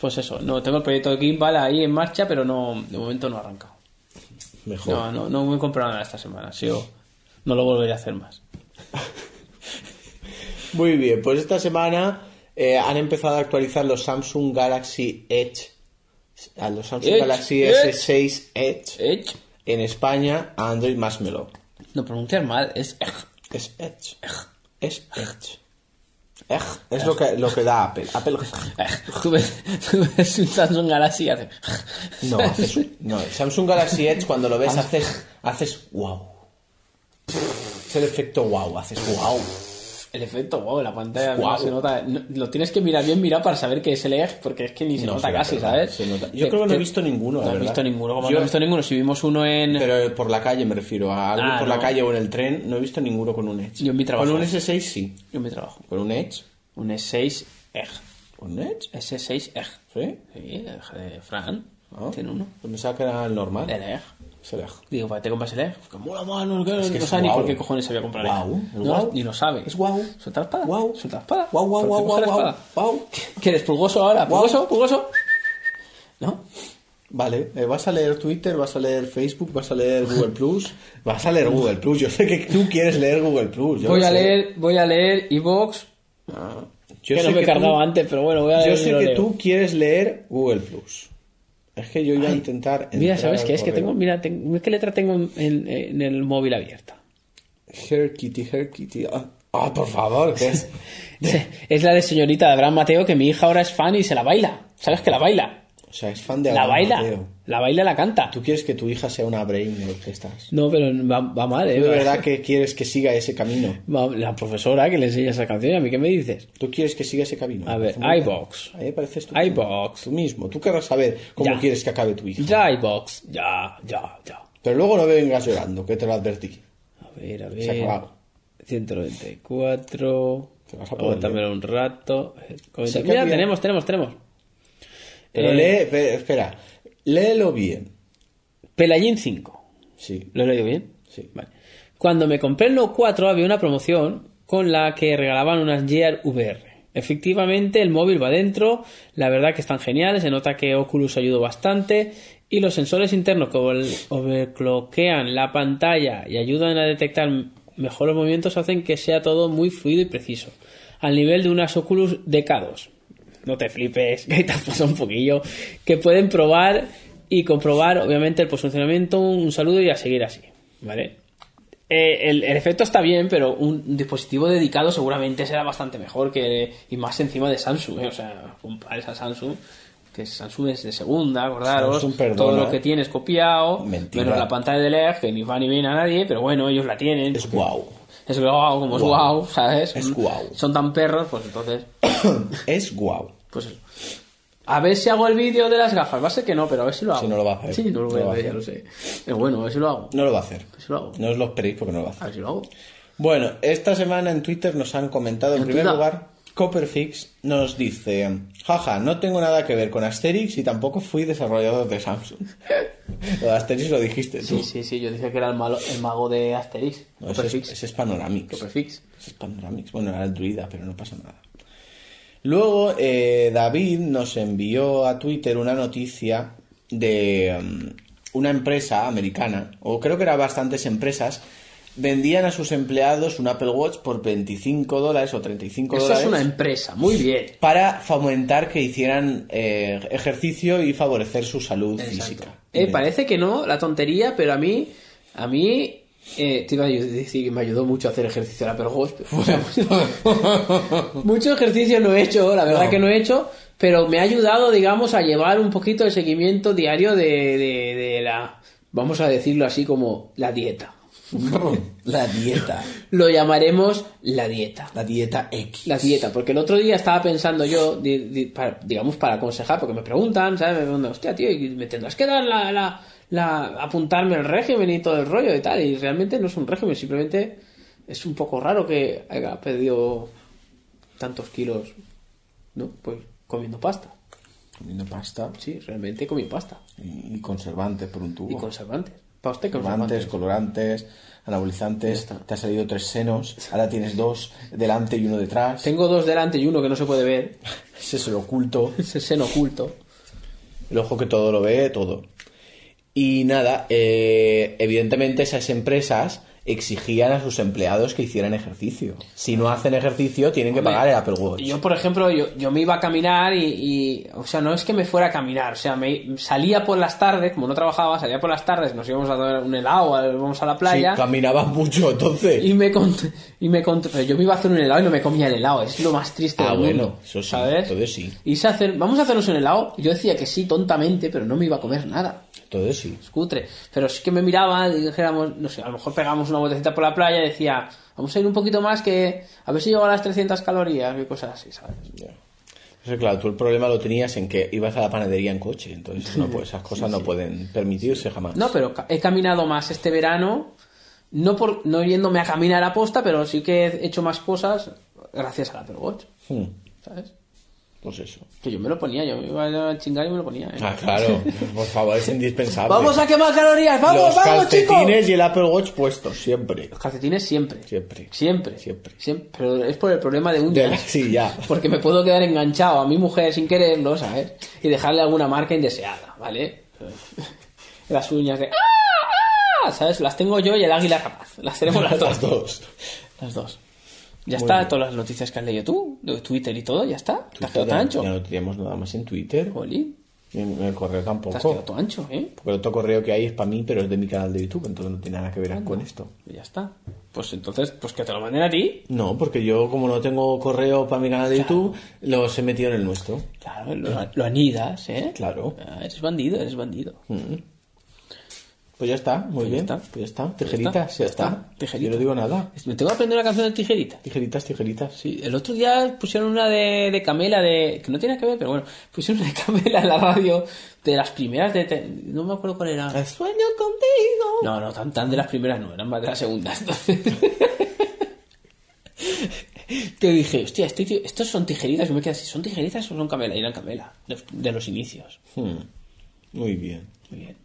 Speaker 1: Pues eso, no, tengo el proyecto de Gimbal ahí en marcha, pero no, de momento no arranca.
Speaker 2: Mejor.
Speaker 1: No, no, no me he comprado nada esta semana, sí, o no lo volveré a hacer más.
Speaker 2: Muy bien, pues esta semana eh, han empezado a actualizar los Samsung Galaxy Edge. A los Samsung
Speaker 1: Edge,
Speaker 2: Galaxy
Speaker 1: Edge.
Speaker 2: S6 Edge.
Speaker 1: ¿Eh?
Speaker 2: En España, a Android Marshmallow.
Speaker 1: Lo pronuncias mal, es...
Speaker 2: Es Edge. Es Edge. Ej, es lo que, lo que da Apple. Apple.
Speaker 1: Tú ves, tú ves un Samsung Galaxy y haces...
Speaker 2: No, haces, no, el Samsung Galaxy Edge cuando lo
Speaker 1: Ah.
Speaker 2: ves haces, haces wow. Es el efecto wow, haces wow.
Speaker 1: El efecto, wow, la pantalla
Speaker 2: Guau.
Speaker 1: no se nota. no- lo tienes que mirar bien, mirar para saber que es el edge, porque es que ni se
Speaker 2: No,
Speaker 1: nota
Speaker 2: sí, la
Speaker 1: casi,
Speaker 2: verdad,
Speaker 1: ¿sabes?
Speaker 2: se nota. Yo
Speaker 1: Te-
Speaker 2: creo que no he
Speaker 1: te-
Speaker 2: visto ninguno, la
Speaker 1: No he
Speaker 2: verdad.
Speaker 1: visto ninguno. Como
Speaker 2: Yo-
Speaker 1: no he visto ninguno, si vimos uno en.
Speaker 2: Pero por la calle me refiero, a alguien
Speaker 1: Ah,
Speaker 2: por la
Speaker 1: no.
Speaker 2: calle o en el tren, no he visto ninguno con un Edge.
Speaker 1: Yo en mi trabajo.
Speaker 2: Con un S6 sí.
Speaker 1: Yo me trabajo.
Speaker 2: Con un Edge.
Speaker 1: Un E S6 edge.
Speaker 2: ¿Con un Edge?
Speaker 1: S6 edge.
Speaker 2: ¿Sí?
Speaker 1: E Sí, el edge de Fran.
Speaker 2: ¿No?
Speaker 1: Tiene uno. Eh.
Speaker 2: Pensaba que era el normal.
Speaker 1: El edge.
Speaker 2: Es el Edge.
Speaker 1: Digo, ¿para qué te compras el edge? Que mola más, no, no,
Speaker 2: que
Speaker 1: no
Speaker 2: es
Speaker 1: sabe ni
Speaker 2: guau.
Speaker 1: por qué cojones se había comprado
Speaker 2: Guau,
Speaker 1: el
Speaker 2: el
Speaker 1: edge. No,
Speaker 2: guau.
Speaker 1: ni lo sabe.
Speaker 2: Es guau.
Speaker 1: Suelta la espada.
Speaker 2: Guau.
Speaker 1: Suelta la espada.
Speaker 2: Guau, guau,
Speaker 1: Pero
Speaker 2: guau,
Speaker 1: te coge la
Speaker 2: guau, guau,
Speaker 1: espada.
Speaker 2: guau.
Speaker 1: Que eres pulgoso ahora. Pulgoso, pulgoso. ¿No?
Speaker 2: Vale, eh, vas a leer Twitter, vas a leer Facebook, vas a leer Google Plus. Vas a leer Google Plus. Yo sé que tú quieres leer Google Plus. yo
Speaker 1: voy
Speaker 2: lo
Speaker 1: a
Speaker 2: sé. Ah.
Speaker 1: leer, voy a leer Evox.
Speaker 2: Yo
Speaker 1: que
Speaker 2: sé
Speaker 1: no me
Speaker 2: que tú-
Speaker 1: cargaba antes, pero bueno, voy a
Speaker 2: Yo
Speaker 1: leer. y
Speaker 2: sé
Speaker 1: lo
Speaker 2: que
Speaker 1: leo.
Speaker 2: tú quieres leer Google Plus. Es que yo iba a intentar.
Speaker 1: Mira,
Speaker 2: entrar
Speaker 1: ¿sabes
Speaker 2: al
Speaker 1: qué? Es que
Speaker 2: correo.
Speaker 1: tengo, mira, tengo, mira qué letra tengo en, en- en el móvil abierta.
Speaker 2: Hair Kitty, Hair Kitty. Ah, ah, por favor, ¿qué es?
Speaker 1: Es- Es la de señorita de Abraham Mateo, que mi hija ahora es fan y se la baila. ¿Sabes que la baila?
Speaker 2: O sea, es fan de
Speaker 1: La
Speaker 2: Abraham
Speaker 1: baila.
Speaker 2: Mateo.
Speaker 1: La baila, la canta.
Speaker 2: Tú quieres que tu hija sea una brain de orquestas.
Speaker 1: No, pero va, va mal, ¿eh?
Speaker 2: Tú de verdad que quieres que siga ese camino.
Speaker 1: Va- la profesora que le enseña esa canción, ¿a mí qué me dices?
Speaker 2: Tú quieres que siga ese camino.
Speaker 1: A ver,
Speaker 2: Parece muy-
Speaker 1: iVox.
Speaker 2: A mí me pareces tú.
Speaker 1: iVox.
Speaker 2: Tú mismo. Tú querrás saber cómo
Speaker 1: Ya.
Speaker 2: quieres que acabe tu hija.
Speaker 1: Ya, iVox. Ya, ya, ya.
Speaker 2: Pero luego no me vengas llorando, que te lo advertí.
Speaker 1: A ver, a ver.
Speaker 2: Se ha acabado.
Speaker 1: 194.
Speaker 2: Te vas a poder
Speaker 1: Aguántamelo un rato. Eh, comenta-
Speaker 2: Sí que
Speaker 1: Mira,
Speaker 2: había-
Speaker 1: tenemos, tenemos, tenemos.
Speaker 2: Pero
Speaker 1: Eh,
Speaker 2: lee, pe- espera, léelo bien.
Speaker 1: Pelayín 5.
Speaker 2: Sí.
Speaker 1: ¿Lo he leído bien?
Speaker 2: Sí.
Speaker 1: Vale. Cuando me compré el Note 4 había una promoción con la que regalaban unas Gear VR. Efectivamente, el móvil va dentro, la verdad que están geniales, se nota que Oculus ayudó bastante y los sensores internos que over- overclockean la pantalla y ayudan a detectar mejor los movimientos hacen que sea todo muy fluido y preciso, al nivel de unas Oculus de K2. No te flipes, que te has pasado un poquillo, que pueden probar y comprobar obviamente el posicionamiento, un saludo y a seguir así, ¿vale? Eh, el, el efecto está bien, pero un dispositivo dedicado seguramente será bastante mejor que y más encima de Samsung. ¿eh? O sea, compares a Samsung, que Samsung es de segunda, acordaros.
Speaker 2: Samsung perdona,
Speaker 1: todo lo
Speaker 2: ¿eh?
Speaker 1: que tienes copiado,
Speaker 2: Mentira.
Speaker 1: menos la pantalla de LED, que ni va ni viene a nadie, pero bueno, ellos la tienen.
Speaker 2: Es guau.
Speaker 1: Es guau, como es
Speaker 2: Guau.
Speaker 1: guau, ¿sabes?
Speaker 2: Es guau.
Speaker 1: Son tan perros, pues entonces,
Speaker 2: Es guau.
Speaker 1: pues eso. A ver si hago el vídeo de las gafas. Va a ser que no, pero a ver si lo hago.
Speaker 2: Sí, no lo vas a hacer.
Speaker 1: Sí, no lo voy
Speaker 2: No lo
Speaker 1: a
Speaker 2: vas
Speaker 1: hacer,
Speaker 2: a
Speaker 1: ya lo sé. Pero bueno, a ver si lo hago.
Speaker 2: No lo va a hacer.
Speaker 1: A ver si lo hago.
Speaker 2: No os lo esperéis porque no lo va a
Speaker 1: A
Speaker 2: hacer.
Speaker 1: ver si lo hago.
Speaker 2: Bueno, esta semana en Twitter nos han comentado, en
Speaker 1: ¿En
Speaker 2: primer
Speaker 1: Twitter?
Speaker 2: lugar, Copperfix nos dice, jaja, no tengo nada que ver con Asterix y tampoco fui desarrollador de Samsung. lo de Asterix lo dijiste tú.
Speaker 1: Sí, sí, sí, yo dije que era el, malo, el mago de Asterix.
Speaker 2: No, ese, es,
Speaker 1: Copperfix.
Speaker 2: ese es Panoramix.
Speaker 1: Copperfix.
Speaker 2: Ese es Panoramix. Bueno, era el druida, pero no pasa nada. Luego, eh, David nos envió a Twitter una noticia de mm, una empresa americana, o creo que eran bastantes empresas, vendían a sus empleados un Apple Watch por 25 dólares o 35
Speaker 1: Eso
Speaker 2: dólares
Speaker 1: es una em- empresa, muy bien.
Speaker 2: para fomentar que hicieran eh, ejercicio y favorecer su salud física.
Speaker 1: Eh, parece que no, la tontería, pero a mí, a mí, eh, te iba a decir que me ayudó mucho a hacer ejercicio la Apple Watch, pero- o sea, mucho- mucho ejercicio no he hecho, la verdad
Speaker 2: No.
Speaker 1: que no he hecho, pero me ha ayudado, digamos, a llevar un poquito el seguimiento diario de, de- de la, vamos a decirlo así como la dieta.
Speaker 2: No, la dieta.
Speaker 1: Lo llamaremos la dieta.
Speaker 2: La dieta X.
Speaker 1: La dieta, porque el otro día estaba pensando yo, di- di- para- digamos, para aconsejar, porque me preguntan, ¿sabes? Me preguntan, hostia, tío, ¿y me tendrás que dar la, la- la- apuntarme el régimen y todo el rollo y tal. Y realmente no es un régimen, simplemente es un poco raro que haya perdido tantos kilos, ¿no? Pues comiendo pasta.
Speaker 2: Comiendo pasta
Speaker 1: Sí, realmente comí pasta.
Speaker 2: y, y conservantes por un tubo.
Speaker 1: Y conservantes. Para usted,
Speaker 2: conservantes,
Speaker 1: conservantes.
Speaker 2: colorantes, anabolizantes. Te ha salido tres senos. Ahora tienes dos delante y uno detrás.
Speaker 1: Tengo dos delante y uno que no se puede ver.
Speaker 2: Ese es el oculto.
Speaker 1: Ese seno oculto.
Speaker 2: El ojo que todo lo ve, todo. Y nada, eh, evidentemente esas empresas exigían a sus empleados que hicieran ejercicio. Si no hacen ejercicio, tienen que
Speaker 1: Hombre,
Speaker 2: pagar el Apple Watch.
Speaker 1: Yo, por ejemplo, yo, yo me iba a caminar y, y- O sea, no es que me fuera a caminar. O sea, me salía por las tardes, como no trabajaba, salía por las tardes, nos íbamos a tomar un helado, íbamos a la
Speaker 2: Sí,
Speaker 1: playa.
Speaker 2: caminaba mucho entonces.
Speaker 1: y me cont- y me cont- pero yo me iba a hacer un helado y no me comía el helado, es lo más triste
Speaker 2: Ah,
Speaker 1: del
Speaker 2: bueno,
Speaker 1: mundo,
Speaker 2: eso sí,
Speaker 1: ¿sabes?
Speaker 2: entonces sí.
Speaker 1: Y se hacen, vamos a hacernos un helado, yo decía que sí tontamente, pero no me iba a comer nada.
Speaker 2: Entonces sí.
Speaker 1: es cutre. Pero sí que me miraba y dijéramos, no sé, a lo mejor pegamos una vueltecita por la playa y decía, vamos a ir un poquito más que a ver si llego a las 300 calorías y cosas así, ¿sabes?
Speaker 2: Ya. Entonces, claro, tú el problema lo tenías en que ibas a la panadería en coche. Entonces, no, pues, esas cosas no pueden permitirse jamás.
Speaker 1: No, pero ca- he caminado más este verano, no por no yéndome a caminar a posta, pero sí que he hecho más cosas gracias al Apple Watch,
Speaker 2: Hmm,
Speaker 1: ¿sabes?
Speaker 2: Pues eso.
Speaker 1: Que yo me lo ponía, yo me iba a chingar y me lo ponía. ¿eh?
Speaker 2: Ah, claro. Por favor, es indispensable.
Speaker 1: ¡Vamos a quemar calorías! ¡Vamos,
Speaker 2: Los
Speaker 1: vamos, chicos!
Speaker 2: calcetines y el Apple Watch puestos, siempre.
Speaker 1: Los calcetines siempre.
Speaker 2: Siempre.
Speaker 1: Siempre.
Speaker 2: Siempre.
Speaker 1: Siempre. Pero es por el problema de un
Speaker 2: De la- sí, ya.
Speaker 1: Porque me puedo quedar enganchado a mi mujer sin quererlo, ¿sabes? Y dejarle alguna marca indeseada, ¿vale? Las uñas de... ¡Ah! ¡Ah! ¿Sabes? Las tengo yo y el águila capaz. Las tenemos las dos.
Speaker 2: Las dos.
Speaker 1: Las dos. Ya
Speaker 2: Muy
Speaker 1: está,
Speaker 2: bien.
Speaker 1: todas las noticias que has leído tú, de Twitter y todo, ya está. Te has
Speaker 2: Twitter
Speaker 1: quedado tan ancho.
Speaker 2: Ya no tenemos nada más en Twitter.
Speaker 1: Jolín,
Speaker 2: Y En en el correo
Speaker 1: te has
Speaker 2: tampoco.
Speaker 1: quedado todo ancho, ¿eh?
Speaker 2: Porque el otro correo que hay es para mí, pero es de mi canal de YouTube, entonces no tiene nada que ver con esto.
Speaker 1: Y ya está. Pues entonces, pues que te lo manden a ti.
Speaker 2: No, porque yo, como no tengo correo para mi canal de YouTube, los he metido en el nuestro.
Speaker 1: Claro, lo, lo anidas, ¿eh?
Speaker 2: Claro. Mm.
Speaker 1: Ah, eres bandido, eres bandido.
Speaker 2: Pues ya está, muy
Speaker 1: Pues ya
Speaker 2: bien.
Speaker 1: está.
Speaker 2: Pues ya está. Tijeritas,
Speaker 1: ya
Speaker 2: ya
Speaker 1: está.
Speaker 2: está.
Speaker 1: Tijerita.
Speaker 2: Yo no digo nada.
Speaker 1: Me tengo que aprender una canción de tijerita.
Speaker 2: Tijeritas, tijeritas.
Speaker 1: Sí, el otro día pusieron una de, de Camela, de que no tiene que ver, pero bueno, pusieron una de Camela en la radio, de las primeras de... te- no me acuerdo cuál era.
Speaker 2: Sueño contigo.
Speaker 1: No, no, tan, tan de las primeras no, eran más de las segundas. Entonces... que dije, hostia, este tío- estos son tijeritas. Y me quedé así, ¿son tijeritas o son camela? Y eran camela, de, de los inicios.
Speaker 2: Hmm. Muy bien.
Speaker 1: Muy bien,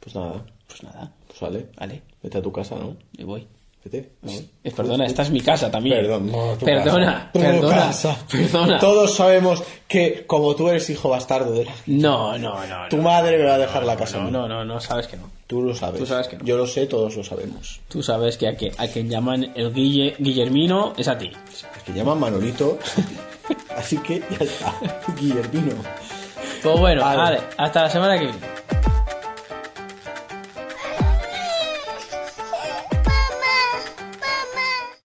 Speaker 2: Pues nada.
Speaker 1: pues nada,
Speaker 2: Pues vale.
Speaker 1: vale,
Speaker 2: Vete a tu casa, ¿no?
Speaker 1: me voy.
Speaker 2: Vete.
Speaker 1: Eh, perdona, esta es mi casa también.
Speaker 2: Perdón, no, tu
Speaker 1: perdona,
Speaker 2: casa. Tu
Speaker 1: perdona,
Speaker 2: casa.
Speaker 1: perdona.
Speaker 2: Todos sabemos que como tú eres hijo bastardo de la...
Speaker 1: No, no, no.
Speaker 2: Tu
Speaker 1: no,
Speaker 2: madre me va a dejar la casa. a
Speaker 1: No,
Speaker 2: mí.
Speaker 1: no, no, no, sabes que no.
Speaker 2: Tú lo sabes.
Speaker 1: Tú sabes que no.
Speaker 2: Yo lo sé, todos lo sabemos.
Speaker 1: Tú sabes que a, que, a quien llaman el Guille, Guillermino es a ti.
Speaker 2: El que llaman Manolito. Así que ya está. Guillermino.
Speaker 1: Pues bueno,
Speaker 2: Vale.
Speaker 1: vale, hasta la semana que viene.